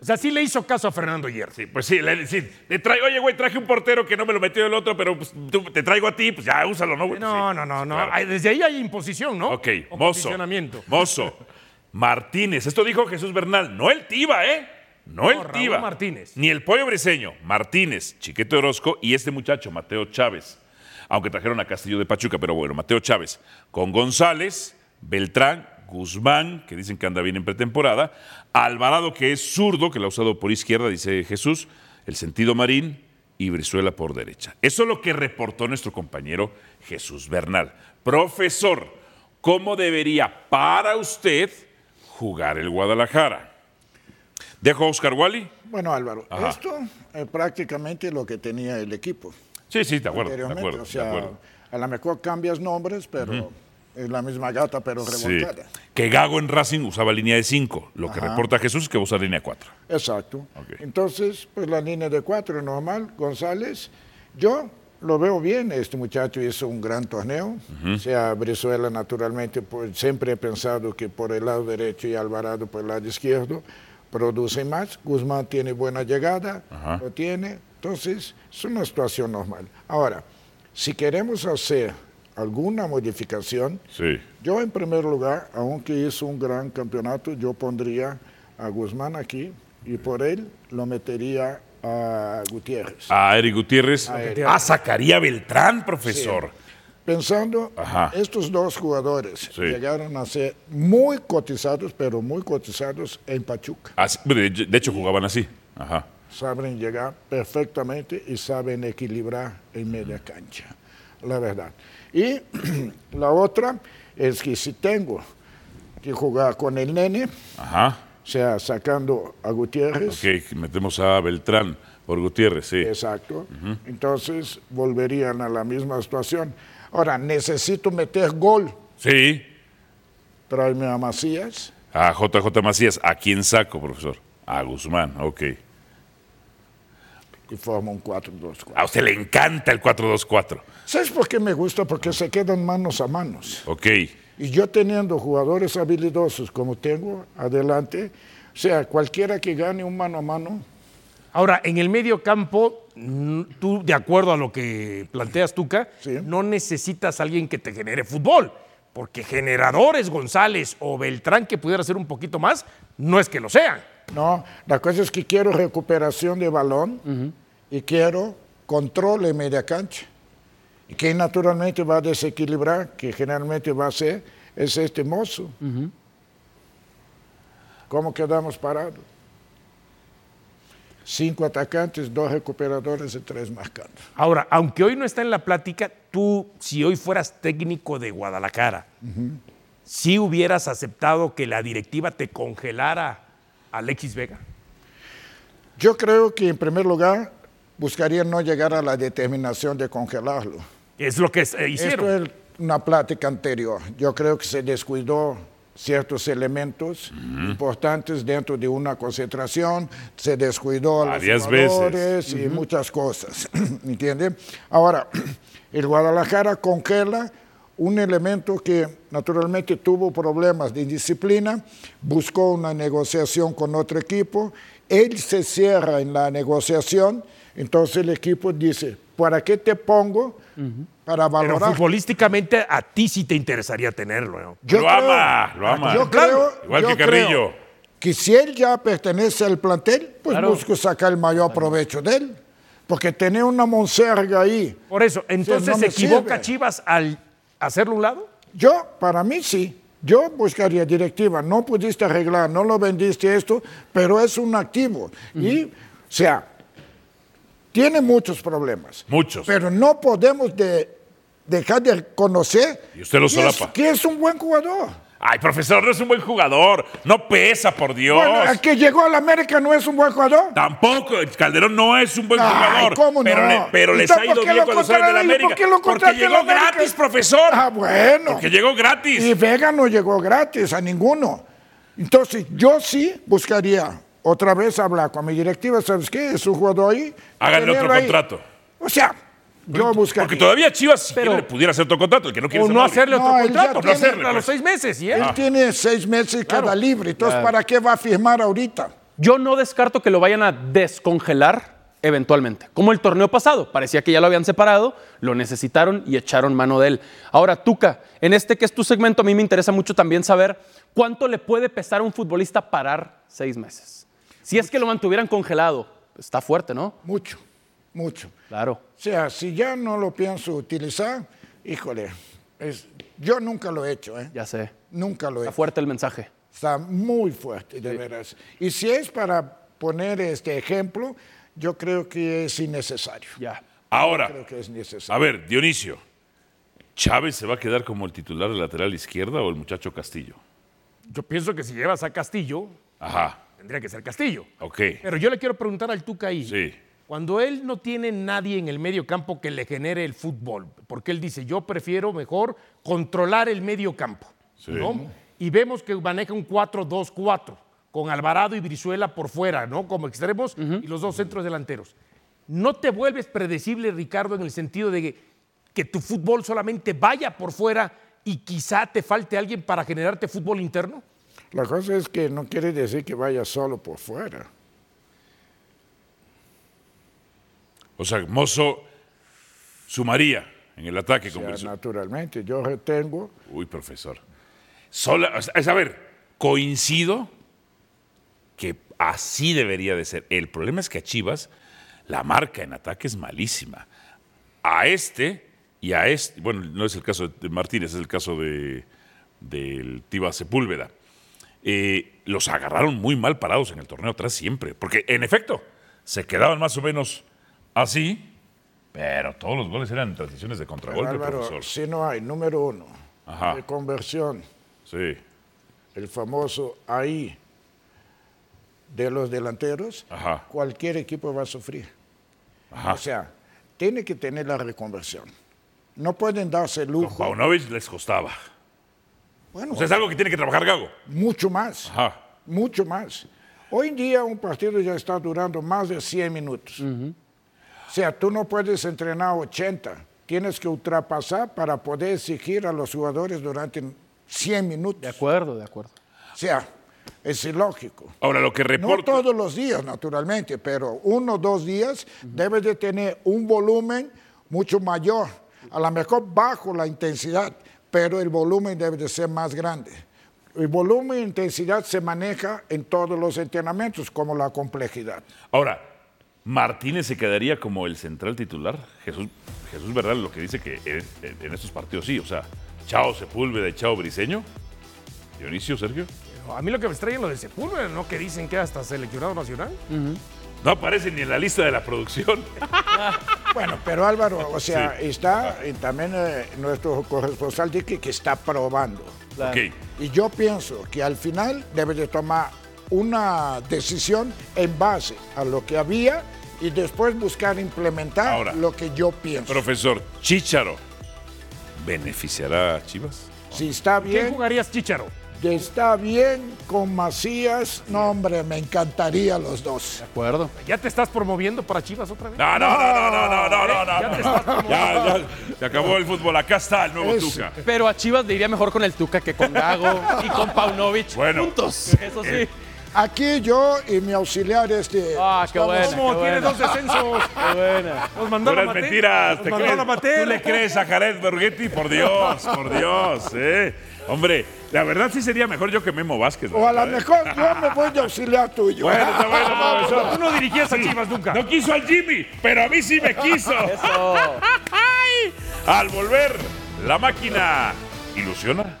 Speaker 5: O sea, sí le hizo caso a Fernando ayer.
Speaker 3: Sí, pues sí, le, sí, le traigo, oye, güey, traje un portero que no me lo metió el otro, pero pues, tú- te traigo a ti, pues ya, úsalo, ¿no? güey?
Speaker 5: No,
Speaker 3: Sí,
Speaker 5: no, no,
Speaker 3: sí,
Speaker 5: no.
Speaker 3: claro.
Speaker 5: Ay, Desde ahí hay imposición, ¿no?
Speaker 3: Ok,
Speaker 5: O
Speaker 3: Mozo.
Speaker 5: condicionamiento.
Speaker 3: Mozo. Martínez. Esto dijo Jesús Bernal. No el Tiba, ¿eh? No, el
Speaker 5: Raúl
Speaker 3: Tiba.
Speaker 5: Martínez.
Speaker 3: Ni el Pollo Briseño. Martínez, Chiquete Orozco y este muchacho, Mateo Chávez. Aunque trajeron a Castillo de Pachuca, pero bueno, Mateo Chávez. Con González, Beltrán, Guzmán, que dicen que anda bien en pretemporada. Alvarado, que es zurdo, que lo ha usado por izquierda, dice Jesús. El sentido marín y Brizuela por derecha. Eso es lo que reportó nuestro compañero Jesús Bernal. Profesor, ¿cómo debería para usted jugar el Guadalajara? ¿Dejo a Oscar Wally?
Speaker 6: Bueno, Álvaro,
Speaker 3: Ajá.
Speaker 6: esto es prácticamente lo lo que tenía el equipo.
Speaker 3: Sí, sí, de acuerdo, de
Speaker 6: anteriormente.
Speaker 3: acuerdo,
Speaker 6: o sea,
Speaker 3: de acuerdo.
Speaker 6: a lo mejor cambias nombres, pero es la misma gata, pero
Speaker 3: Sí.
Speaker 6: revolcada.
Speaker 3: Que Gago en Racing usaba línea de 5. Lo que reporta Jesús es que usa línea 4.
Speaker 6: Exacto.
Speaker 3: Ok.
Speaker 6: Entonces, pues la línea de cuatro normal, González, Yo lo veo bien, este muchacho hizo un gran torneo. O sea, Brizuela naturalmente, pues, siempre he pensado que por el lado derecho y Alvarado por el lado izquierdo producen más. Guzmán tiene buena llegada, lo tiene. Entonces, es una situación normal. Ahora, si queremos hacer alguna modificación,
Speaker 3: Sí.
Speaker 6: yo en primer lugar, aunque hizo un gran campeonato, yo pondría a Guzmán aquí y por él lo metería a Gutiérrez.
Speaker 3: A Eric Gutiérrez. A,
Speaker 6: Eric.
Speaker 3: Zacarías Beltrán, profesor.
Speaker 6: Pensando,
Speaker 3: Ajá.
Speaker 6: estos dos jugadores
Speaker 3: Sí.
Speaker 6: llegaron a ser muy cotizados, pero muy cotizados en Pachuca.
Speaker 3: Así- de de hecho, jugaban así. Ajá.
Speaker 6: Saben llegar perfectamente y saben equilibrar en media cancha, la verdad. Y la otra es que si tengo que jugar con el nene,
Speaker 3: Ajá.
Speaker 6: o sea, sacando a Gutiérrez,
Speaker 3: Ok, metemos a Beltrán por Gutiérrez, sí.
Speaker 6: Exacto. Entonces volverían a la misma situación. Ahora, necesito meter gol.
Speaker 3: Sí.
Speaker 6: Tráeme a Macías.
Speaker 3: A JJ Macías. ¿A quién saco, profesor? A Guzmán, ok.
Speaker 6: Y forma un 4-2-4.
Speaker 3: A usted le encanta el 4-2-4.
Speaker 6: ¿Sabes por qué me gusta? Porque se quedan manos a manos.
Speaker 3: Ok.
Speaker 6: Y yo teniendo jugadores habilidosos como tengo adelante, o sea, cualquiera que gane un mano a mano,
Speaker 5: Ahora, en el medio campo, mm, tú, de acuerdo a lo que planteas, Tuca,
Speaker 6: Sí.
Speaker 5: no necesitas a alguien que te genere fútbol. Porque generadores, González o Beltrán, que pudiera ser un poquito más, no es que lo sean.
Speaker 6: no. La cosa es que quiero recuperación de balón y quiero control en media cancha. Y que naturalmente va a desequilibrar, que generalmente va a ser, es este mozo. ¿Cómo quedamos parados? Cinco atacantes, dos recuperadores y tres marcando.
Speaker 5: Ahora, aunque hoy no está en la plática, tú, si hoy fueras técnico de Guadalajara, ¿sí hubieras aceptado que la directiva te congelara a Alexis Vega?
Speaker 6: Yo creo que en primer lugar buscaría no llegar a la determinación de congelarlo.
Speaker 5: Es lo que eh, hicieron.
Speaker 6: Esto es una plática anterior. Yo creo que se descuidó ciertos elementos importantes dentro de una concentración, se descuidó a los
Speaker 3: Varias veces.
Speaker 6: jugadores y muchas cosas, ¿entiende? Ahora, el Guadalajara congela un elemento que naturalmente tuvo problemas de indisciplina, buscó una negociación con otro equipo, él se cierra en la negociación, entonces el equipo dice, ¿para qué te pongo? Para
Speaker 5: Pero
Speaker 6: valorar
Speaker 5: futbolísticamente a ti sí te interesaría tenerlo. ¿no?
Speaker 6: yo
Speaker 3: Lo
Speaker 6: creo-
Speaker 3: ama, lo ama.
Speaker 6: Yo creo,
Speaker 3: Igual
Speaker 6: yo
Speaker 3: que Carrillo.
Speaker 6: creo Que si él ya pertenece al plantel, pues busco sacar el mayor provecho de él. Porque tener una monserga ahí,
Speaker 5: Por eso, entonces
Speaker 6: no
Speaker 5: se
Speaker 6: me
Speaker 5: equivoca
Speaker 6: sirve.
Speaker 5: Chivas al hacerlo a un lado.
Speaker 6: yo, para mí sí, yo buscaría directiva. No pudiste arreglar, no lo vendiste esto, pero es un activo. Y, o sea, tiene muchos problemas.
Speaker 3: Muchos.
Speaker 6: Pero no podemos de- dejar de conocer
Speaker 3: Y usted lo
Speaker 6: que es-
Speaker 3: solapa.
Speaker 6: que es un buen jugador.
Speaker 3: Ay, profesor, no es un buen jugador. No pesa, por Dios.
Speaker 6: Bueno, el que llegó a la América no es un buen jugador.
Speaker 3: Tampoco, el Calderón no es un buen
Speaker 6: Ay,
Speaker 3: jugador.
Speaker 6: ¿cómo no?
Speaker 3: Pero, le- pero les ha
Speaker 6: Entonces,
Speaker 3: ido
Speaker 6: ¿por qué
Speaker 3: bien
Speaker 6: lo
Speaker 3: cuando salen de la
Speaker 6: contrataron?
Speaker 3: América.
Speaker 6: ¿Por qué lo
Speaker 3: porque
Speaker 6: contratan
Speaker 3: llegó
Speaker 6: la América?
Speaker 3: gratis, profesor.
Speaker 6: Ah, bueno.
Speaker 3: Porque llegó gratis.
Speaker 6: Y Vega no llegó gratis a ninguno. Entonces, yo sí buscaría otra vez hablar con mi directiva. ¿Sabes qué? Es un jugador ahí.
Speaker 3: Háganle otro
Speaker 6: tenerlo ahí.
Speaker 3: contrato.
Speaker 6: O sea, yo buscaría.
Speaker 3: Porque todavía Chivas, si quiere, le pudiera hacer otro contrato. El que no quiere
Speaker 5: O
Speaker 3: se
Speaker 5: no
Speaker 3: vale.
Speaker 5: hacerle
Speaker 6: No,
Speaker 5: otro
Speaker 6: él ya
Speaker 5: contrato.
Speaker 6: tiene-
Speaker 5: hacerle a
Speaker 3: pues.
Speaker 5: los seis meses. ¿y él?
Speaker 6: Él tiene seis meses cada libre. Entonces, ¿para qué va a firmar ahorita?
Speaker 4: Yo no descarto que lo vayan a descongelar eventualmente. Como el torneo pasado, parecía que ya lo habían separado, lo necesitaron y echaron mano de él. Ahora, Tuca, en este que es tu segmento, a mí me interesa mucho también saber cuánto le puede pesar a un futbolista parar seis meses. Si es que lo mantuvieran congelado, está fuerte, ¿no?
Speaker 6: Mucho, mucho.
Speaker 4: Claro.
Speaker 6: O sea, si ya no lo pienso utilizar, híjole, es- yo nunca lo he hecho, ¿eh?
Speaker 4: Ya sé.
Speaker 6: Nunca lo he
Speaker 4: Está
Speaker 6: hecho.
Speaker 4: fuerte el mensaje.
Speaker 6: Está muy fuerte, de veras. Y si es para poner este ejemplo, yo creo que es innecesario.
Speaker 4: Ya.
Speaker 3: Ahora,
Speaker 6: Creo que es necesario.
Speaker 3: a ver, Dionisio. ¿Chávez se va a quedar como el titular de lateral izquierda o el muchacho Castillo?
Speaker 5: Yo pienso que si llevas a Castillo,
Speaker 3: Ajá,
Speaker 5: tendría que ser Castillo.
Speaker 3: ok.
Speaker 5: Pero yo le quiero preguntar al Tuca ahí.
Speaker 3: Sí.
Speaker 5: Cuando él no tiene nadie en el medio campo que le genere el fútbol, porque él dice, yo prefiero mejor controlar el medio campo. ¿no? Y vemos que maneja un 4-2-4, con Alvarado y Brizuela por fuera, ¿no? Como extremos y los dos centros delanteros.
Speaker 10: no te vuelves predecible, Ricardo, en el sentido de que, que tu fútbol solamente vaya por fuera y quizá te falte alguien para generarte fútbol interno?
Speaker 6: La cosa es que no quiere decir que vaya solo por fuera.
Speaker 3: O sea, Mozo sumaría en el ataque
Speaker 6: O
Speaker 3: con
Speaker 6: sea,
Speaker 3: Brizuela.
Speaker 6: naturalmente, yo retengo.
Speaker 3: Uy, profesor. Sola, o sea, es, a ver, coincido que así debería de ser. El problema es que a Chivas la marca en ataque es malísima. A este y a este, bueno, no es el caso de Martínez, es el caso de del Tiva Sepúlveda. Eh, los agarraron muy mal parados en el torneo atrás siempre, porque en efecto se quedaban más o menos así, pero todos los goles eran transiciones de
Speaker 6: Pero,
Speaker 3: contragolpe,
Speaker 6: Álvaro,
Speaker 3: profesor.
Speaker 6: si no hay, número uno,
Speaker 3: Ajá.
Speaker 6: de conversión,
Speaker 3: Sí.
Speaker 6: el famoso ahí de los delanteros,
Speaker 3: Ajá.
Speaker 6: cualquier equipo va a sufrir.
Speaker 3: Ajá.
Speaker 6: O sea, tiene que tener la reconversión. No pueden darse lujo.
Speaker 3: Paunovic les costaba.
Speaker 6: Bueno,
Speaker 3: O sea, es algo que tiene que trabajar Gago.
Speaker 6: mucho más.
Speaker 3: Ajá.
Speaker 6: Mucho más. Hoy en día un partido ya está durando más de 100 minutos. O sea, tú no puedes entrenar 80. Tienes que ultrapasar para poder exigir a los jugadores durante 100 minutos.
Speaker 4: De acuerdo, de acuerdo.
Speaker 6: O sea, es ilógico.
Speaker 3: Ahora, lo que
Speaker 6: No
Speaker 3: reporta.
Speaker 6: todos los días, naturalmente, pero uno o dos días debes de tener un volumen mucho mayor. A lo mejor bajo la intensidad, pero el volumen debe de ser más grande. El volumen e intensidad se maneja en todos los entrenamientos, como la complejidad.
Speaker 3: Ahora, Martínez se quedaría como el central titular. Jesús, Jesús Verdad lo que dice que en, en- en estos partidos sí. O sea, chao Sepúlveda y chao Briseño. Dionisio, Sergio.
Speaker 5: A mí lo que me extraña es lo de Sepúlveda, ¿no? Que dicen que hasta seleccionado nacional.
Speaker 3: No aparece ni en la lista de la producción.
Speaker 6: Bueno, pero Álvaro, o sea, está y también eh, nuestro corresponsal Dicky que está probando.
Speaker 3: Ok.
Speaker 6: Y yo pienso que al final debe de tomar una decisión en base a lo que había y después buscar implementar
Speaker 3: Ahora.
Speaker 6: lo que yo pienso.
Speaker 3: Profesor Chicharo. ¿Beneficiará a Chivas?
Speaker 6: si está
Speaker 10: ¿Quién
Speaker 6: bien,
Speaker 10: jugarías, Chicharo?
Speaker 6: está bien con Macías, no hombre, me encantaría los dos.
Speaker 4: De acuerdo.
Speaker 10: ¿Ya te estás promoviendo para Chivas otra vez?
Speaker 3: No, no, no, no, no, no, no, no. no. Ya, ya, se acabó el fútbol. Acá está el nuevo
Speaker 6: Es-
Speaker 3: Tuca.
Speaker 4: Pero a Chivas le iría mejor con el Tuca que con Gago y con Paunovic.
Speaker 3: Bueno. eh,
Speaker 4: Juntos. Eso sí.
Speaker 6: Aquí yo y mi auxiliar este...
Speaker 4: Ah, qué bueno.
Speaker 5: ¿Cómo? Tiene dos descensos.
Speaker 4: Qué buena.
Speaker 5: Nos mandaron a
Speaker 3: Puras
Speaker 5: Mateo.
Speaker 3: mentiras.
Speaker 5: Nos
Speaker 3: ¿te
Speaker 5: mandaron a
Speaker 3: crees?
Speaker 5: Mateo.
Speaker 3: ¿Tú le crees a Jared Borghetti? Por Dios, por Dios. ¿eh? Hombre, la verdad sí sería mejor yo que Memo Vázquez. la
Speaker 6: O a lo
Speaker 3: verdad, ¿eh?
Speaker 6: mejor yo me voy de auxiliar tuyo.
Speaker 3: Bueno, está
Speaker 6: Ah,
Speaker 3: bueno, profesor.
Speaker 5: Ah, Tú no dirigías a Chivas nunca.
Speaker 3: No quiso al Jimmy, pero a mí sí me quiso. Ay. al volver, la máquina ilusiona.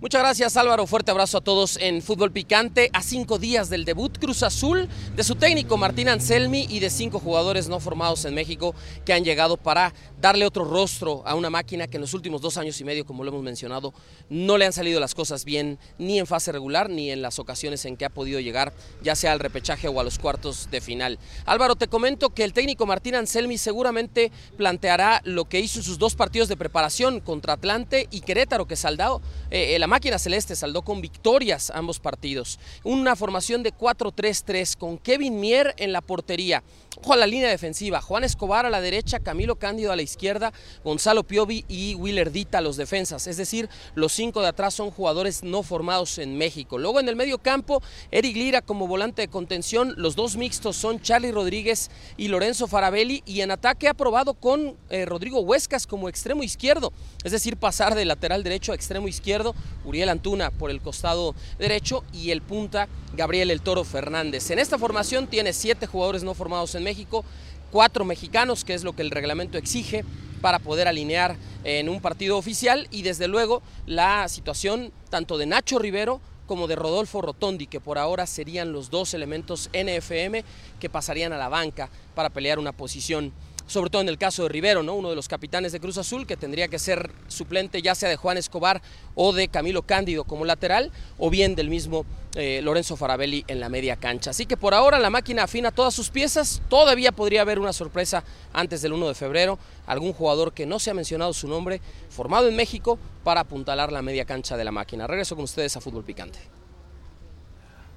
Speaker 11: Muchas gracias Álvaro, fuerte abrazo a todos en Fútbol Picante. A cinco días del debut Cruz Azul, de su técnico Martín Anselmi y de cinco jugadores no formados en México que han llegado para darle otro rostro a una máquina que en los últimos dos años y medio, como lo hemos mencionado, no le han salido las cosas bien ni en fase regular ni en las ocasiones en que ha podido llegar, ya sea al repechaje o a los cuartos de final. Álvaro, te comento que el técnico Martín Anselmi seguramente planteará lo que hizo en sus dos partidos de preparación contra Atlante y Querétaro, que saldado, eh, la máquina celeste saldó con victorias ambos partidos. Una formación de 4-3-3 con Kevin Mier en la portería. Ojo a la línea defensiva. Juan Escobar a la derecha, Camilo Cándido a la izquierda, Gonzalo Piovi y Willer Dita a los defensas. Es decir, los cinco de atrás son jugadores no formados en México. Luego en el medio campo, Eric Lira como volante de contención. Los dos mixtos son Charlie Rodríguez y Lorenzo Farabelli. Y en ataque ha probado con eh, Rodrigo Huescas como extremo izquierdo. Es decir, pasar de lateral derecho a extremo izquierdo. Uriel Antuna por el costado derecho y el punta Gabriel El Toro Fernández. En esta formación tiene siete jugadores no formados en México, cuatro mexicanos, que es lo que el reglamento exige para poder alinear eh, en un partido oficial y desde luego la situación tanto de Nacho Rivero como de Rodolfo Rotondi, que por ahora serían los dos elementos NFM que pasarían a la banca para pelear una posición sobre todo en el caso de Rivero, ¿no? uno de los capitanes de Cruz Azul, que tendría que ser suplente ya sea de Juan Escobar o de Camilo Cándido como lateral, o bien del mismo eh, Lorenzo Farabelli en la media cancha. Así que por ahora la máquina afina todas sus piezas, todavía podría haber una sorpresa antes del 1 de febrero, algún jugador que no se ha mencionado su nombre, formado en México, para apuntalar la media cancha de la máquina. Regreso con ustedes a Fútbol Picante.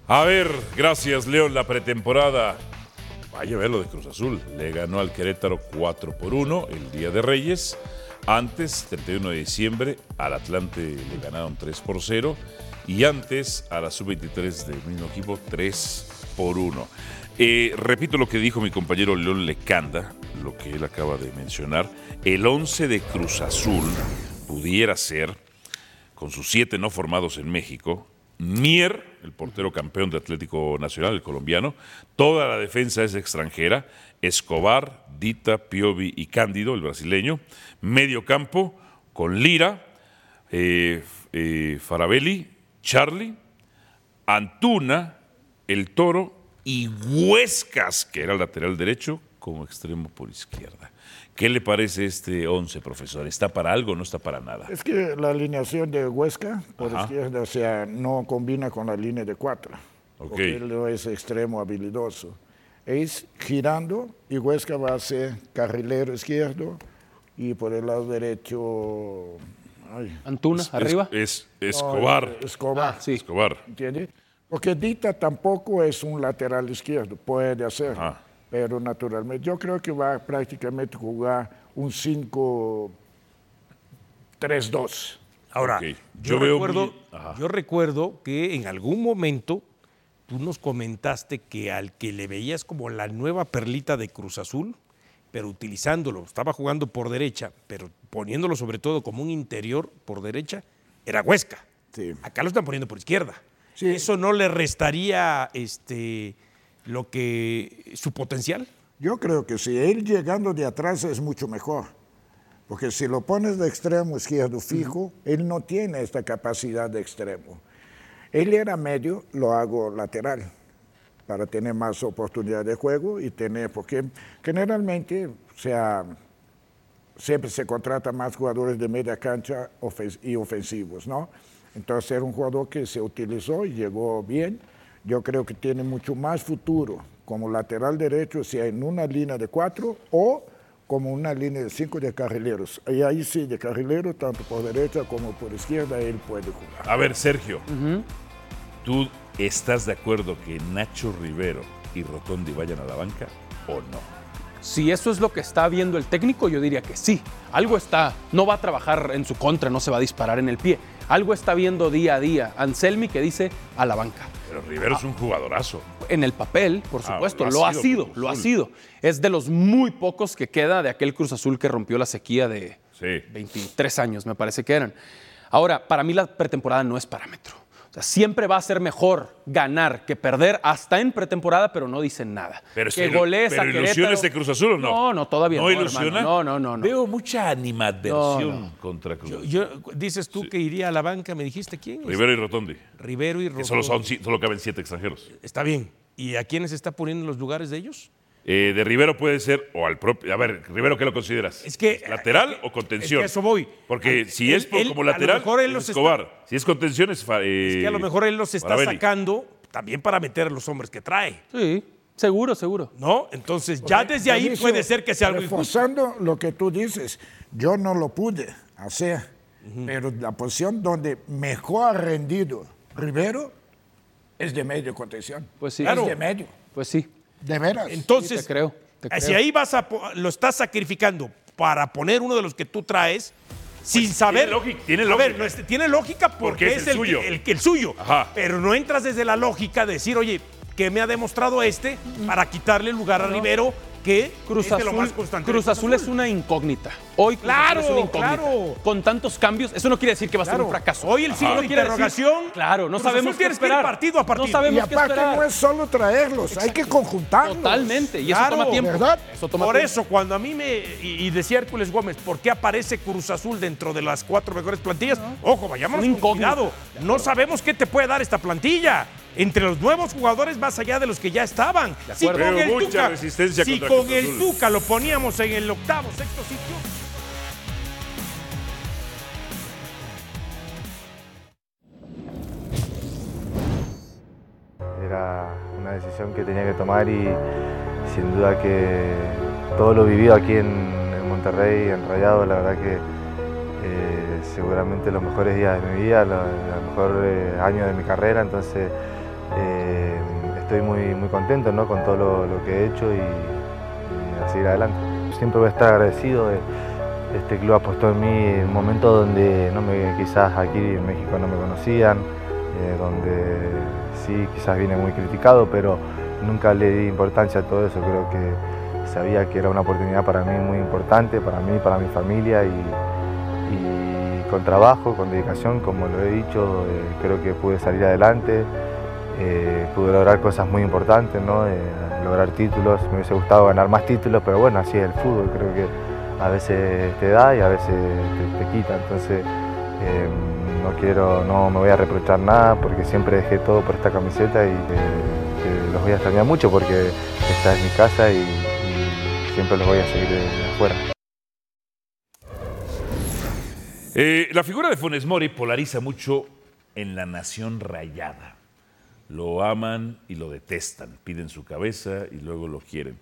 Speaker 3: A ver, gracias León, la pretemporada. Vaya a ver lo de Cruz Azul. Le ganó al Querétaro 4 por 1 el Día de Reyes. Antes, 31 de diciembre, al Atlante le ganaron 3 por 0. Y antes, a la sub-23 del mismo equipo, 3 por 1. Eh, repito lo que dijo mi compañero León Lecanda, lo que él acaba de mencionar. El 11 de Cruz Azul pudiera ser, con sus 7 no formados en México, Mier, el portero campeón de Atlético Nacional, el colombiano. Toda la defensa es extranjera. Escobar, Dita, Piovi y Cándido, el brasileño. Medio campo con Lira, eh, eh, Farabelli, Charlie, Antuna, El Toro y Huescas, que era el lateral derecho, como extremo por izquierda. ¿Qué le parece este 11, profesor? ¿Está para algo o no está para nada?
Speaker 6: Es que la alineación de Huesca por
Speaker 3: Ajá.
Speaker 6: izquierda, o sea, no combina con la línea de cuatro. Porque él no es extremo habilidoso. Es girando y Huesca va a ser carrilero izquierdo y por el lado derecho. ay.
Speaker 4: Antuna,
Speaker 3: Es- Es, Escobar.
Speaker 6: No, es- Escobar.
Speaker 4: Ah,
Speaker 3: Escobar.
Speaker 6: ¿Entiendes? Porque Dita tampoco es un lateral izquierdo, puede hacer, pero naturalmente. Yo creo que va a prácticamente jugar un 5-3-2.
Speaker 5: Ahora,
Speaker 6: Ok.
Speaker 5: yo,
Speaker 6: Yo veo
Speaker 5: recuerdo,
Speaker 6: muy- Ajá.
Speaker 5: yo recuerdo que en algún momento tú nos comentaste que al que le veías como la nueva perlita de Cruz Azul, pero utilizándolo, estaba jugando por derecha, pero poniéndolo sobre todo como un interior por derecha, era Huesca. Acá lo están poniendo por izquierda. ¿Eso no le restaría este, lo que su potencial?
Speaker 6: Yo creo que si él llegando de atrás es mucho mejor. Porque si lo pones de extremo izquierdo fijo, él no tiene esta capacidad de extremo. Él era medio, lo hago lateral para tener más oportunidad de juego y tener, porque generalmente, o sea, siempre se contrata más jugadores de media cancha ofen- y ofensivos, ¿no? Entonces era un jugador que se utilizó y llegó bien. Yo creo que tiene mucho más futuro como lateral derecho, sea en una línea de cuatro o como una línea de cinco de carrileros. Y ahí sí, de carrilero, tanto por derecha como por izquierda, él puede jugar.
Speaker 3: A ver, Sergio, ¿tú estás de acuerdo que Nacho Rivero y Rotondi vayan a la banca o no?
Speaker 4: Si eso es lo que está viendo el técnico, yo diría que sí. Algo está, no va a trabajar en su contra, no se va a disparar en el pie. Algo está viendo día a día Anselmi que dice a la banca.
Speaker 3: Pero Rivero es un jugadorazo.
Speaker 4: En el papel, por
Speaker 3: Ah,
Speaker 4: supuesto,
Speaker 3: lo
Speaker 4: lo
Speaker 3: ha
Speaker 4: ha
Speaker 3: sido
Speaker 4: sido,
Speaker 3: Cruz
Speaker 4: lo ha
Speaker 3: Azul.
Speaker 4: sido. Es de los muy pocos que queda de aquel Cruz Azul que rompió la sequía de
Speaker 3: Sí.
Speaker 4: 23 años, me parece que eran. Ahora, para mí la pretemporada no es parámetro. O sea, siempre va a ser mejor ganar que perder, hasta en pretemporada, pero no dicen nada.
Speaker 3: Pero,
Speaker 4: que
Speaker 3: si-
Speaker 4: golees
Speaker 3: pero
Speaker 4: a
Speaker 3: ilusiones
Speaker 4: Querétaro.
Speaker 3: de Cruz Azul o no?
Speaker 4: No, no, todavía no,
Speaker 3: ¿No
Speaker 4: hermano.
Speaker 3: ilusiona?
Speaker 4: No, no, no, no.
Speaker 3: Veo mucha animadversión
Speaker 4: No, no.
Speaker 3: contra Cruz Azul.
Speaker 5: Yo, dices tú que iría a la banca, me dijiste quién.
Speaker 3: Rivero y Rotondi.
Speaker 5: Rivero y
Speaker 3: Que solo, son,
Speaker 5: Rotondi.
Speaker 3: si- solo caben siete extranjeros.
Speaker 5: Está bien. ¿Y a quiénes está poniendo en los lugares de ellos?
Speaker 3: Eh, de Rivero puede ser, o al propio. A ver, Rivero, ¿qué lo consideras?
Speaker 5: Es que-
Speaker 3: ¿Lateral
Speaker 5: es
Speaker 3: o
Speaker 5: es
Speaker 3: contención?
Speaker 5: que a eso voy. Ah,
Speaker 3: Porque si
Speaker 5: Él-
Speaker 3: es por-
Speaker 5: él,
Speaker 3: como
Speaker 5: a lo
Speaker 3: lateral,
Speaker 5: mejor él
Speaker 3: es
Speaker 5: los está-
Speaker 3: Escobar. Si es contención, es. fa- eh,
Speaker 5: que a lo mejor él los está
Speaker 3: Farabelli.
Speaker 5: sacando también para meter a los hombres que trae.
Speaker 4: Sí, seguro, seguro.
Speaker 5: ¿No? Entonces, ya desde ahí
Speaker 6: Mauricio,
Speaker 5: puede ser que sea algo injusto.
Speaker 6: Reforzando lo que tú dices, yo no lo pude hacer. Pero la posición donde mejor ha rendido Rivero es de medio contención.
Speaker 4: Pues sí.
Speaker 6: Es
Speaker 4: Claro.
Speaker 6: de medio.
Speaker 4: Pues sí.
Speaker 6: De veras.
Speaker 5: Entonces,
Speaker 4: te creo, te creo.
Speaker 5: si ahí vas a po- lo estás sacrificando para poner uno de los que tú traes, sin saber.
Speaker 3: lógica, tiene
Speaker 5: A
Speaker 3: lógica.
Speaker 5: ver, no es- tiene lógica porque, es, el,
Speaker 3: suyo.
Speaker 5: que- el, que- el suyo.
Speaker 3: Ajá.
Speaker 5: Pero no entras desde la lógica de decir, oye, ¿qué me ha demostrado este para quitarle el lugar a Rivero? Que
Speaker 4: Cruz
Speaker 5: Este es de
Speaker 4: Azul,
Speaker 5: lo más constante.
Speaker 4: Cruz Azul es una incógnita. Hoy Cruz Azul
Speaker 5: Claro,
Speaker 4: es una incógnita.
Speaker 5: claro.
Speaker 4: Con tantos cambios, eso no quiere decir que va a ser
Speaker 5: Claro.
Speaker 4: un fracaso.
Speaker 5: Hoy el signo
Speaker 4: Eso
Speaker 5: de
Speaker 4: quiere
Speaker 5: interrogación,
Speaker 4: claro, no
Speaker 5: Cruz
Speaker 4: sabemos
Speaker 5: Azul
Speaker 4: qué
Speaker 5: tienes que ir
Speaker 4: esperar.
Speaker 5: partido a partido.
Speaker 4: No
Speaker 6: Y
Speaker 4: sabemos qué
Speaker 6: aparte
Speaker 4: esperar.
Speaker 6: no es solo traerlos, hay que conjuntarlos.
Speaker 4: Totalmente, y eso
Speaker 5: Claro,
Speaker 4: toma tiempo.
Speaker 6: ¿verdad?
Speaker 4: Eso toma
Speaker 5: Por
Speaker 4: tiempo.
Speaker 5: eso, cuando a mí me. Y, y decía Hércules Gómez, ¿por qué aparece Cruz Azul dentro de las cuatro mejores plantillas? Ojo, vayámonos
Speaker 4: Es
Speaker 5: con
Speaker 4: una incógnita.
Speaker 5: cuidado. No sabemos qué te puede dar esta plantilla. Entre los nuevos jugadores, más allá de los que ya estaban. Si
Speaker 3: acuerdo.
Speaker 5: con
Speaker 3: Veo
Speaker 5: el
Speaker 3: mucha
Speaker 5: Tuca,
Speaker 3: resistencia
Speaker 5: si
Speaker 3: contra
Speaker 5: con
Speaker 3: Cruz
Speaker 5: el
Speaker 3: Azul.
Speaker 5: Tuca lo poníamos en el octavo, sexto sitio.
Speaker 12: Era una decisión que tenía que tomar y sin duda que todo lo vivido aquí en, en Monterrey, en Rayado, la verdad que eh, seguramente los mejores días de mi vida, los, los mejores eh, años de mi carrera, entonces eh, estoy muy, muy contento ¿no? con todo lo, lo que he hecho y, y a seguir adelante. Siempre voy a estar agradecido de este club apostó en mí en un momento donde no me, quizás aquí en México no me conocían, eh, donde sí, quizás vine muy criticado, pero nunca le di importancia a todo eso. Creo que sabía que era una oportunidad para mí muy importante, para mí, para mi familia y, y con trabajo, con dedicación, como lo he dicho, eh, creo que pude salir adelante, eh, pude lograr cosas muy importantes, ¿no? Eh, lograr títulos, me hubiese gustado ganar más títulos, pero bueno, así es el fútbol, creo que a veces te da y a veces te, te quita, entonces eh, no quiero, no me voy a reprochar nada porque siempre dejé todo por esta camiseta y eh, que los voy a extrañar mucho porque esta es mi casa y, y siempre los voy a seguir de- de afuera.
Speaker 3: Eh, la figura de Funes Mori polariza mucho en la nación rayada. Lo aman y lo detestan. Piden su cabeza y luego lo quieren.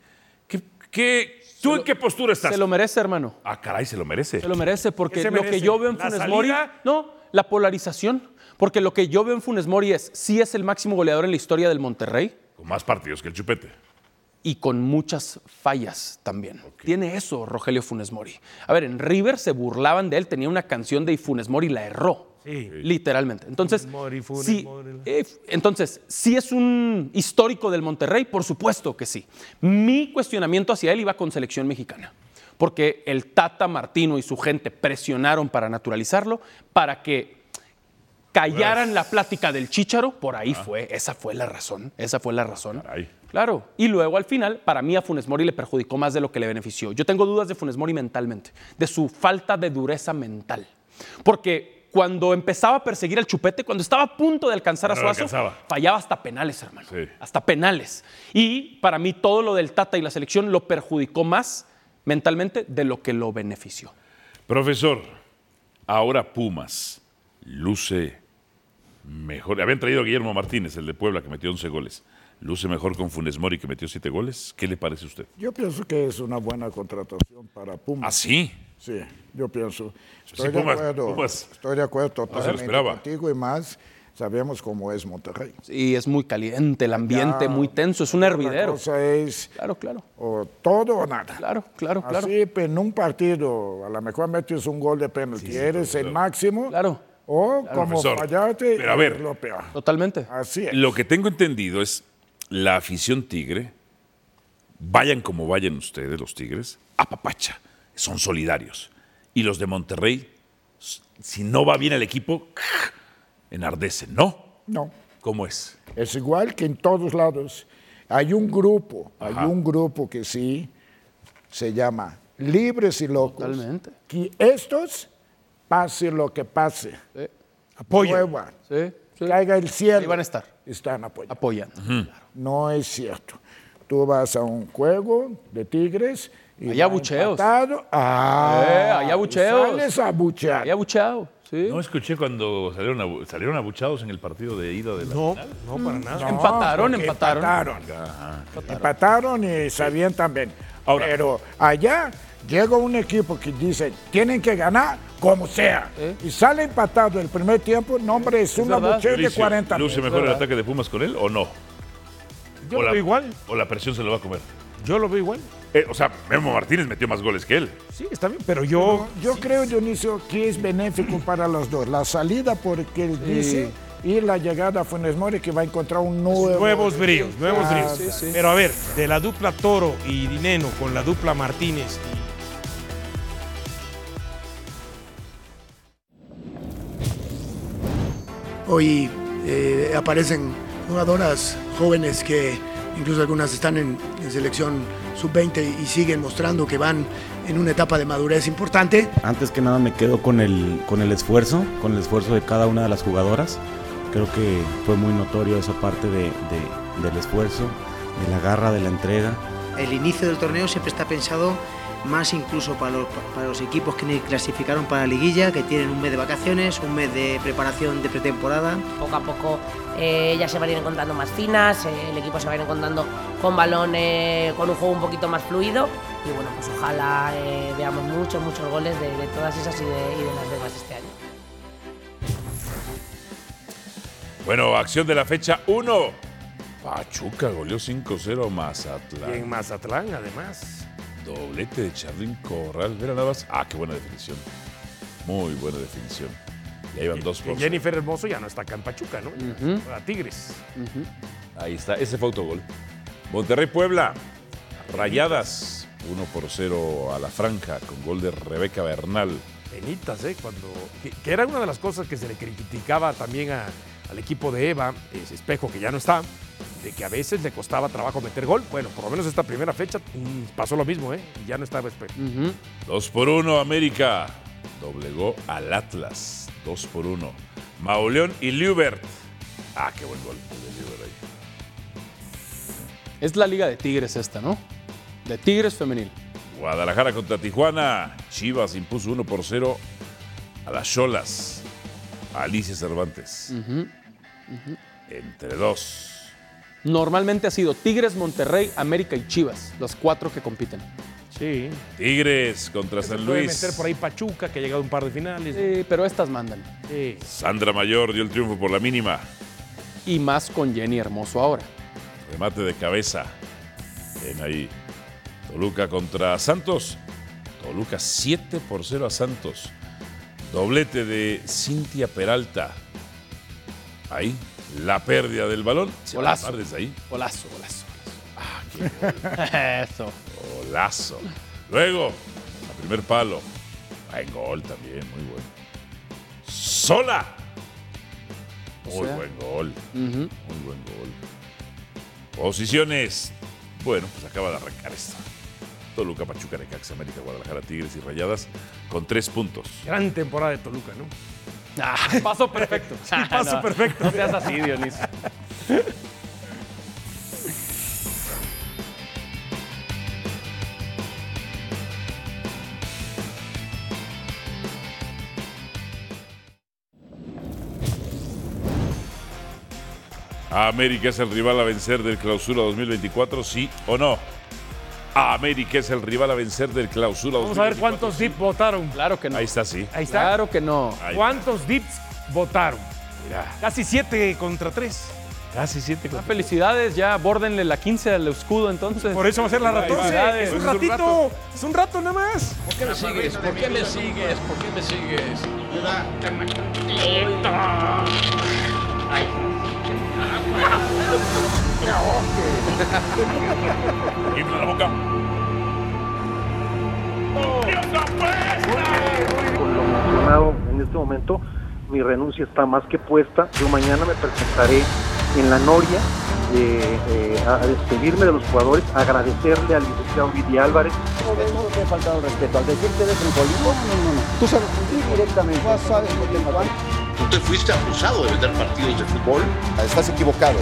Speaker 3: ¿Qué, qué- tú en qué postura estás?
Speaker 4: Se lo merece, hermano.
Speaker 3: Ah, caray, se lo merece.
Speaker 4: Se lo merece porque
Speaker 3: ¿Qué se
Speaker 4: lo que
Speaker 3: merece?
Speaker 4: yo veo en
Speaker 3: ¿La
Speaker 4: Funes
Speaker 3: salida?
Speaker 4: Mori, no, la polarización, porque lo que yo veo en Funes Mori es sí es el máximo goleador en la historia del Monterrey
Speaker 3: Con más partidos que el chupete.
Speaker 4: y con muchas fallas también. Tiene eso Rogelio Funes Mori. A ver, en River se burlaban de él, tenía una canción de y Funes Mori la erró.
Speaker 5: Sí.
Speaker 4: Literalmente. Entonces,
Speaker 5: Mori, Funes
Speaker 4: sí,
Speaker 5: Mori, la-
Speaker 4: eh, entonces, ¿sí es un histórico del Monterrey? Por supuesto que sí. Mi cuestionamiento hacia él iba con selección mexicana, porque el Tata Martino y su gente presionaron para naturalizarlo, para que callaran la plática del chícharo, por ahí fue, esa fue la razón, esa fue la razón. Claro, y luego al final, para mí a Funes Mori le perjudicó más de lo que le benefició. Yo tengo dudas de Funes Mori mentalmente, de su falta de dureza mental. Porque cuando empezaba a perseguir al chupete, cuando estaba a punto de alcanzar a
Speaker 3: No lo
Speaker 4: Suazo,
Speaker 3: alcanzaba.
Speaker 4: fallaba hasta penales, hermano.
Speaker 3: Sí.
Speaker 4: Hasta penales. Y para mí todo lo del Tata y la selección lo perjudicó más mentalmente de lo que lo benefició.
Speaker 3: Profesor, ahora Pumas luce mejor. Habían traído a Guillermo Martínez, el de Puebla, que metió 11 goles. Luce mejor con Funes Mori, que metió 7 goles. ¿Qué le parece a usted?
Speaker 6: Yo pienso que es una buena contratación para Pumas.
Speaker 3: ¿Ah, sí?
Speaker 6: Sí, yo pienso. Estoy,
Speaker 3: Sí,
Speaker 6: de,
Speaker 3: Pumas,
Speaker 6: acuerdo,
Speaker 3: Pumas.
Speaker 6: estoy de acuerdo
Speaker 3: lo
Speaker 6: totalmente
Speaker 3: esperaba.
Speaker 6: contigo y más sabemos cómo es Monterrey.
Speaker 4: Y es muy caliente el ambiente,
Speaker 6: Ya,
Speaker 4: muy tenso, es un
Speaker 6: La
Speaker 4: hervidero.
Speaker 6: cosa es
Speaker 4: Claro, claro.
Speaker 6: o todo o nada.
Speaker 4: Claro, claro, claro.
Speaker 6: Así, pero en un partido, a lo mejor metes un gol de penalti, eres el máximo.
Speaker 4: Claro.
Speaker 6: O como
Speaker 3: Profesor,
Speaker 6: fallaste,
Speaker 3: pero a ver.
Speaker 6: es lo peor.
Speaker 4: Totalmente.
Speaker 6: Así es.
Speaker 3: Lo que tengo entendido es la afición tigre, vayan como vayan ustedes, los tigres, apapacha, son solidarios. Y los de Monterrey, s- si no va bien el equipo, enardecen, ¿no?
Speaker 6: No.
Speaker 3: ¿Cómo es?
Speaker 6: Es igual que en todos lados. Hay un grupo, hay un grupo que sí se llama Libres y Locos.
Speaker 4: Totalmente.
Speaker 6: Que estos, pase lo que pase,
Speaker 5: Apoya.
Speaker 6: llueva,
Speaker 4: Sí, sí.
Speaker 6: caiga el cielo,
Speaker 4: Ahí van a estar
Speaker 6: están apoyando.
Speaker 4: apoyando.
Speaker 6: No es cierto. Tú vas a un juego de Tigres y
Speaker 4: Hay
Speaker 6: va
Speaker 4: abucheos.
Speaker 6: empatado. Ah,
Speaker 4: Eh, hay
Speaker 6: y
Speaker 4: abucheos.
Speaker 6: Sales a abuchear.
Speaker 4: Había abucheado, sí.
Speaker 3: No escuché cuando salieron, abu- salieron abuchados en el partido de ida de la
Speaker 5: No, no, para nada.
Speaker 6: No,
Speaker 4: empataron,
Speaker 6: porque
Speaker 4: empataron.
Speaker 6: Empataron. Empataron y sabían también.
Speaker 3: Ahora-
Speaker 6: Pero allá llega un equipo que dice, tienen que ganar como sea. Y sale empatado el primer tiempo, no hombre, es, una
Speaker 3: verdad.
Speaker 6: mochila de
Speaker 3: Dionisio,
Speaker 6: 40
Speaker 3: ¿Luce
Speaker 6: metros.
Speaker 3: mejor el ataque de Pumas con él o no?
Speaker 5: Yo lo veo igual.
Speaker 3: ¿O la presión se lo va a comer? Eh,
Speaker 5: Yo lo veo igual.
Speaker 3: o sea, Memo Martínez metió más goles que él.
Speaker 5: Sí, está bien, pero yo.
Speaker 6: Yo creo, Dionisio, que es benéfico para los dos. La salida porque él
Speaker 5: Sí.
Speaker 6: dice y la llegada a Funes Mori que va a encontrar un nuevo...
Speaker 5: Nuevos bríos, nuevos
Speaker 6: Ah,
Speaker 5: bríos.
Speaker 6: sí, sí.
Speaker 5: Pero a ver, de la dupla Toro y Dineno con la dupla Martínez y
Speaker 13: Hoy eh, aparecen jugadoras jóvenes que incluso algunas están en, en selección sub-20 y siguen mostrando que van en una etapa de madurez importante.
Speaker 14: Antes que nada me quedo con el, con el esfuerzo, con el esfuerzo de cada una de las jugadoras. Creo que fue muy notorio esa parte de- de- del esfuerzo, de la garra, de la entrega.
Speaker 15: El inicio del torneo siempre está pensado más incluso para los, para los equipos que ni clasificaron para la liguilla, que tienen un mes de vacaciones, un mes de preparación de pretemporada.
Speaker 16: Poco a poco eh, ellas se van a ir encontrando más finas, eh, el equipo se va a ir encontrando con balón, eh, con un juego un poquito más fluido. Y bueno, pues ojalá eh, veamos muchos, muchos goles de, de todas esas y de, y de las demás este año.
Speaker 3: Bueno, acción de la fecha 1. Pachuca goleó 5-0 a Mazatlán.
Speaker 5: Y en Mazatlán, además.
Speaker 3: Doblete de Charlín Corral. Mira nada más. Ah, qué buena definición. Muy buena definición. Y ahí van dos
Speaker 5: que
Speaker 3: por
Speaker 5: Jennifer Hermoso ya no está acá en Pachuca, ¿no?
Speaker 3: Ujú.
Speaker 5: A Tigres.
Speaker 3: Ahí está, ese fue autogol. Monterrey Puebla, rayadas, 1 por 0 a la franja con gol de Rebeca Bernal.
Speaker 5: Penitas, ¿eh? Cuando, que, que era una de las cosas que se le criticaba también a- al equipo de Eva, ese espejo que ya no está, de que a veces le costaba trabajo meter gol. Bueno, por lo menos esta primera fecha mm, pasó lo mismo, ¿eh? Y ya no estaba espejo.
Speaker 3: 2 por 1 América, doblegó al Atlas, 2 por 1. Mauleón y Liubert. Ah, qué buen gol el de Liubert ahí.
Speaker 4: Es la liga de Tigres esta, ¿no? De Tigres femenil.
Speaker 3: Guadalajara contra Tijuana, Chivas impuso 1 por 0 a las Cholas. Alicia Cervantes, entre dos.
Speaker 4: Normalmente ha sido Tigres, Monterrey, América y Chivas, las cuatro que compiten.
Speaker 5: Sí.
Speaker 3: Tigres contra
Speaker 5: Se
Speaker 3: San
Speaker 5: puede
Speaker 3: Luis.
Speaker 5: meter por ahí Pachuca, que ha llegado a un par de finales.
Speaker 4: Sí, pero estas mandan.
Speaker 5: Sí.
Speaker 3: Sandra Mayor dio el triunfo por la mínima.
Speaker 4: Y más con Jenny
Speaker 3: Ah,
Speaker 4: Hermoso ahora.
Speaker 3: Remate de cabeza. Ven ahí. Toluca contra Santos. Toluca 7 por 0 a Santos. Doblete de Cintia Peralta. Ahí. La pérdida del balón. Se va a
Speaker 4: Golazo.
Speaker 3: tapar desde ahí. Ah,
Speaker 4: Golazo, golazo.
Speaker 3: Eso. Golazo. Luego, a primer palo. En gol también, muy bueno. Sola.
Speaker 1: O
Speaker 3: Muy
Speaker 1: sea.
Speaker 3: buen gol. Muy buen gol. Posiciones. Bueno, pues acaba de arrancar esta. Toluca, Pachuca, Necaxa, América, Guadalajara, Tigres y Rayadas con tres puntos.
Speaker 5: Gran temporada de Toluca, ¿no?
Speaker 4: paso perfecto.
Speaker 5: Sí,
Speaker 4: Ah,
Speaker 5: paso
Speaker 4: No,
Speaker 5: perfecto.
Speaker 4: No seas así, Dionisio.
Speaker 3: ¿América es el rival a vencer del clausura 2024, sí o no? ¿América es el rival a vencer del clausura
Speaker 10: Vamos a ver
Speaker 3: 2024?
Speaker 10: cuántos dips votaron.
Speaker 4: Claro que no.
Speaker 3: Ahí está, sí.
Speaker 10: Ahí está.
Speaker 4: Claro que no.
Speaker 10: ¿Cuántos dips votaron?
Speaker 5: Casi siete contra tres.
Speaker 3: Casi siete
Speaker 4: contra Ah, Felicidades, ya bórdenle la 15 al escudo entonces.
Speaker 5: Por eso va a ser la 14.
Speaker 4: Felicidades.
Speaker 5: Es un ratito. Es un rato nada más.
Speaker 17: ¿Por qué me sigues? ¿Por qué me sigues? ¿Por qué me sigues?
Speaker 3: la boca.
Speaker 18: Con lo mencionado en este momento, mi renuncia está más que puesta. Yo mañana me presentaré en la Noria eh, eh, a a despedirme de los jugadores, agradecerle al licenciado Vidi Álvarez.
Speaker 19: No te he faltado respeto. Al decirte de futbolista, tú sabes directamente. sabes lo que
Speaker 20: Tú te fuiste acusado de vender partidos de fútbol. Estás equivocado.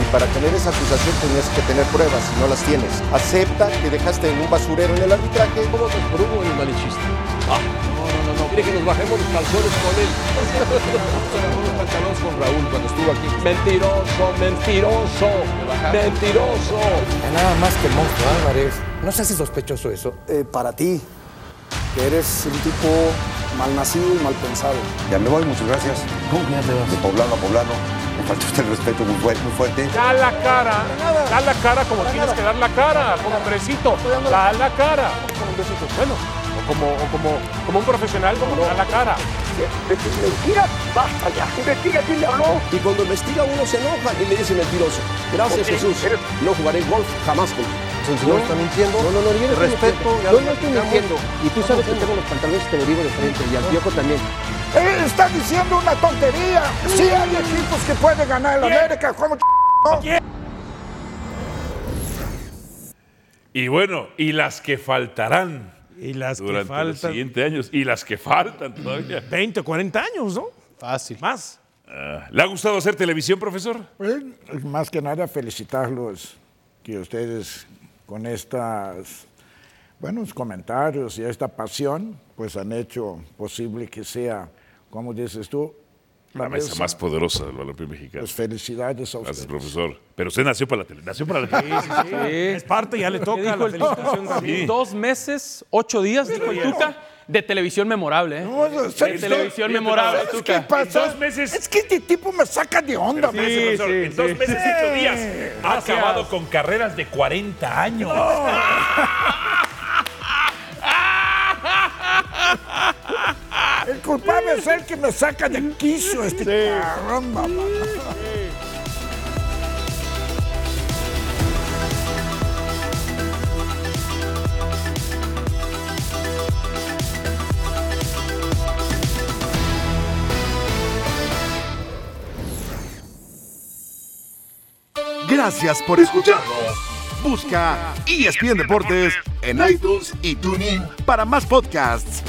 Speaker 20: Y para tener esa acusación tenías que tener pruebas y no las tienes. Acepta que dejaste en un basurero en el arbitraje. ¿Cómo te pruebo el manichista? no, no, no. Quiere que nos bajemos los calzones con él. los pantalones con Raúl cuando estuvo aquí. Mentiroso, mentiroso, mentiroso.
Speaker 21: Nada más que el monstruo Álvarez. ¿No se hace sospechoso eso? para ti, que eres un tipo
Speaker 20: malnacido y mal pensado.
Speaker 12: Ya me voy, muchas gracias. ¿Cómo que ya te vas? De poblano a poblano. Me faltó el respeto muy fuerte. Muy fuerte.
Speaker 5: Da la cara, da la cara como tienes que dar la cara, como hombrecito, da la cara. Bueno, o como, o como, como un profesional, da la cara.
Speaker 20: Mentira, basta ya. Investiga quién le habló. Y cuando investiga uno se enoja y le dice mentiroso. Gracias, Jesús. No jugaré golf jamás con
Speaker 12: El señor está mintiendo.
Speaker 20: No, no, no, yo no estoy
Speaker 12: Respeto,
Speaker 20: mintiendo.
Speaker 12: ya
Speaker 20: No,
Speaker 12: lo
Speaker 20: no estoy
Speaker 12: platicamos.
Speaker 20: mintiendo. Y tú sabes que tengo los pantalones te lo digo de frente y al viejo también.
Speaker 6: Él está diciendo una tontería. Sí hay equipos que pueden ganar el América. ¿Cómo ch- no?
Speaker 3: Y bueno, y las que faltarán. Y las durante los
Speaker 22: faltan.
Speaker 3: siguientes años. Y las que faltan todavía.
Speaker 22: 20, 40 años, ¿no?
Speaker 4: Fácil.
Speaker 22: Más.
Speaker 3: Ah, ¿Le ha gustado hacer televisión, profesor?
Speaker 6: Eh, Más que nada felicitarlos que ustedes con estas buenos comentarios y esta pasión pues han hecho posible que sea, como dices tú,
Speaker 3: La mesa más poderosa del balompié mexicano.
Speaker 6: Pues felicidades a
Speaker 3: Gracias,
Speaker 6: ustedes.
Speaker 3: profesor. Pero usted nació para la tele. Nació para la tele.
Speaker 4: Sí. Es
Speaker 22: parte, ya le toca
Speaker 4: dijo
Speaker 22: la
Speaker 4: el
Speaker 22: felicitación
Speaker 4: Tuca?
Speaker 22: también.
Speaker 4: Dos meses, ocho días, dijo el Tuca, de televisión memorable. ¿eh? de televisión memorable,
Speaker 6: ¿Sabes
Speaker 4: Tuca.
Speaker 6: qué pasa?
Speaker 3: dos meses.
Speaker 6: Es que este tipo me saca de onda. pues.
Speaker 3: Pero espérese, profesor, en dos meses y ocho días ha acabado con carreras de 40 años.
Speaker 6: El culpable es el que me saca de quicio este cabrón, mamá.
Speaker 23: Gracias por escucharnos. E Busca ESPN Deportes en iTunes y TuneIn para más podcasts.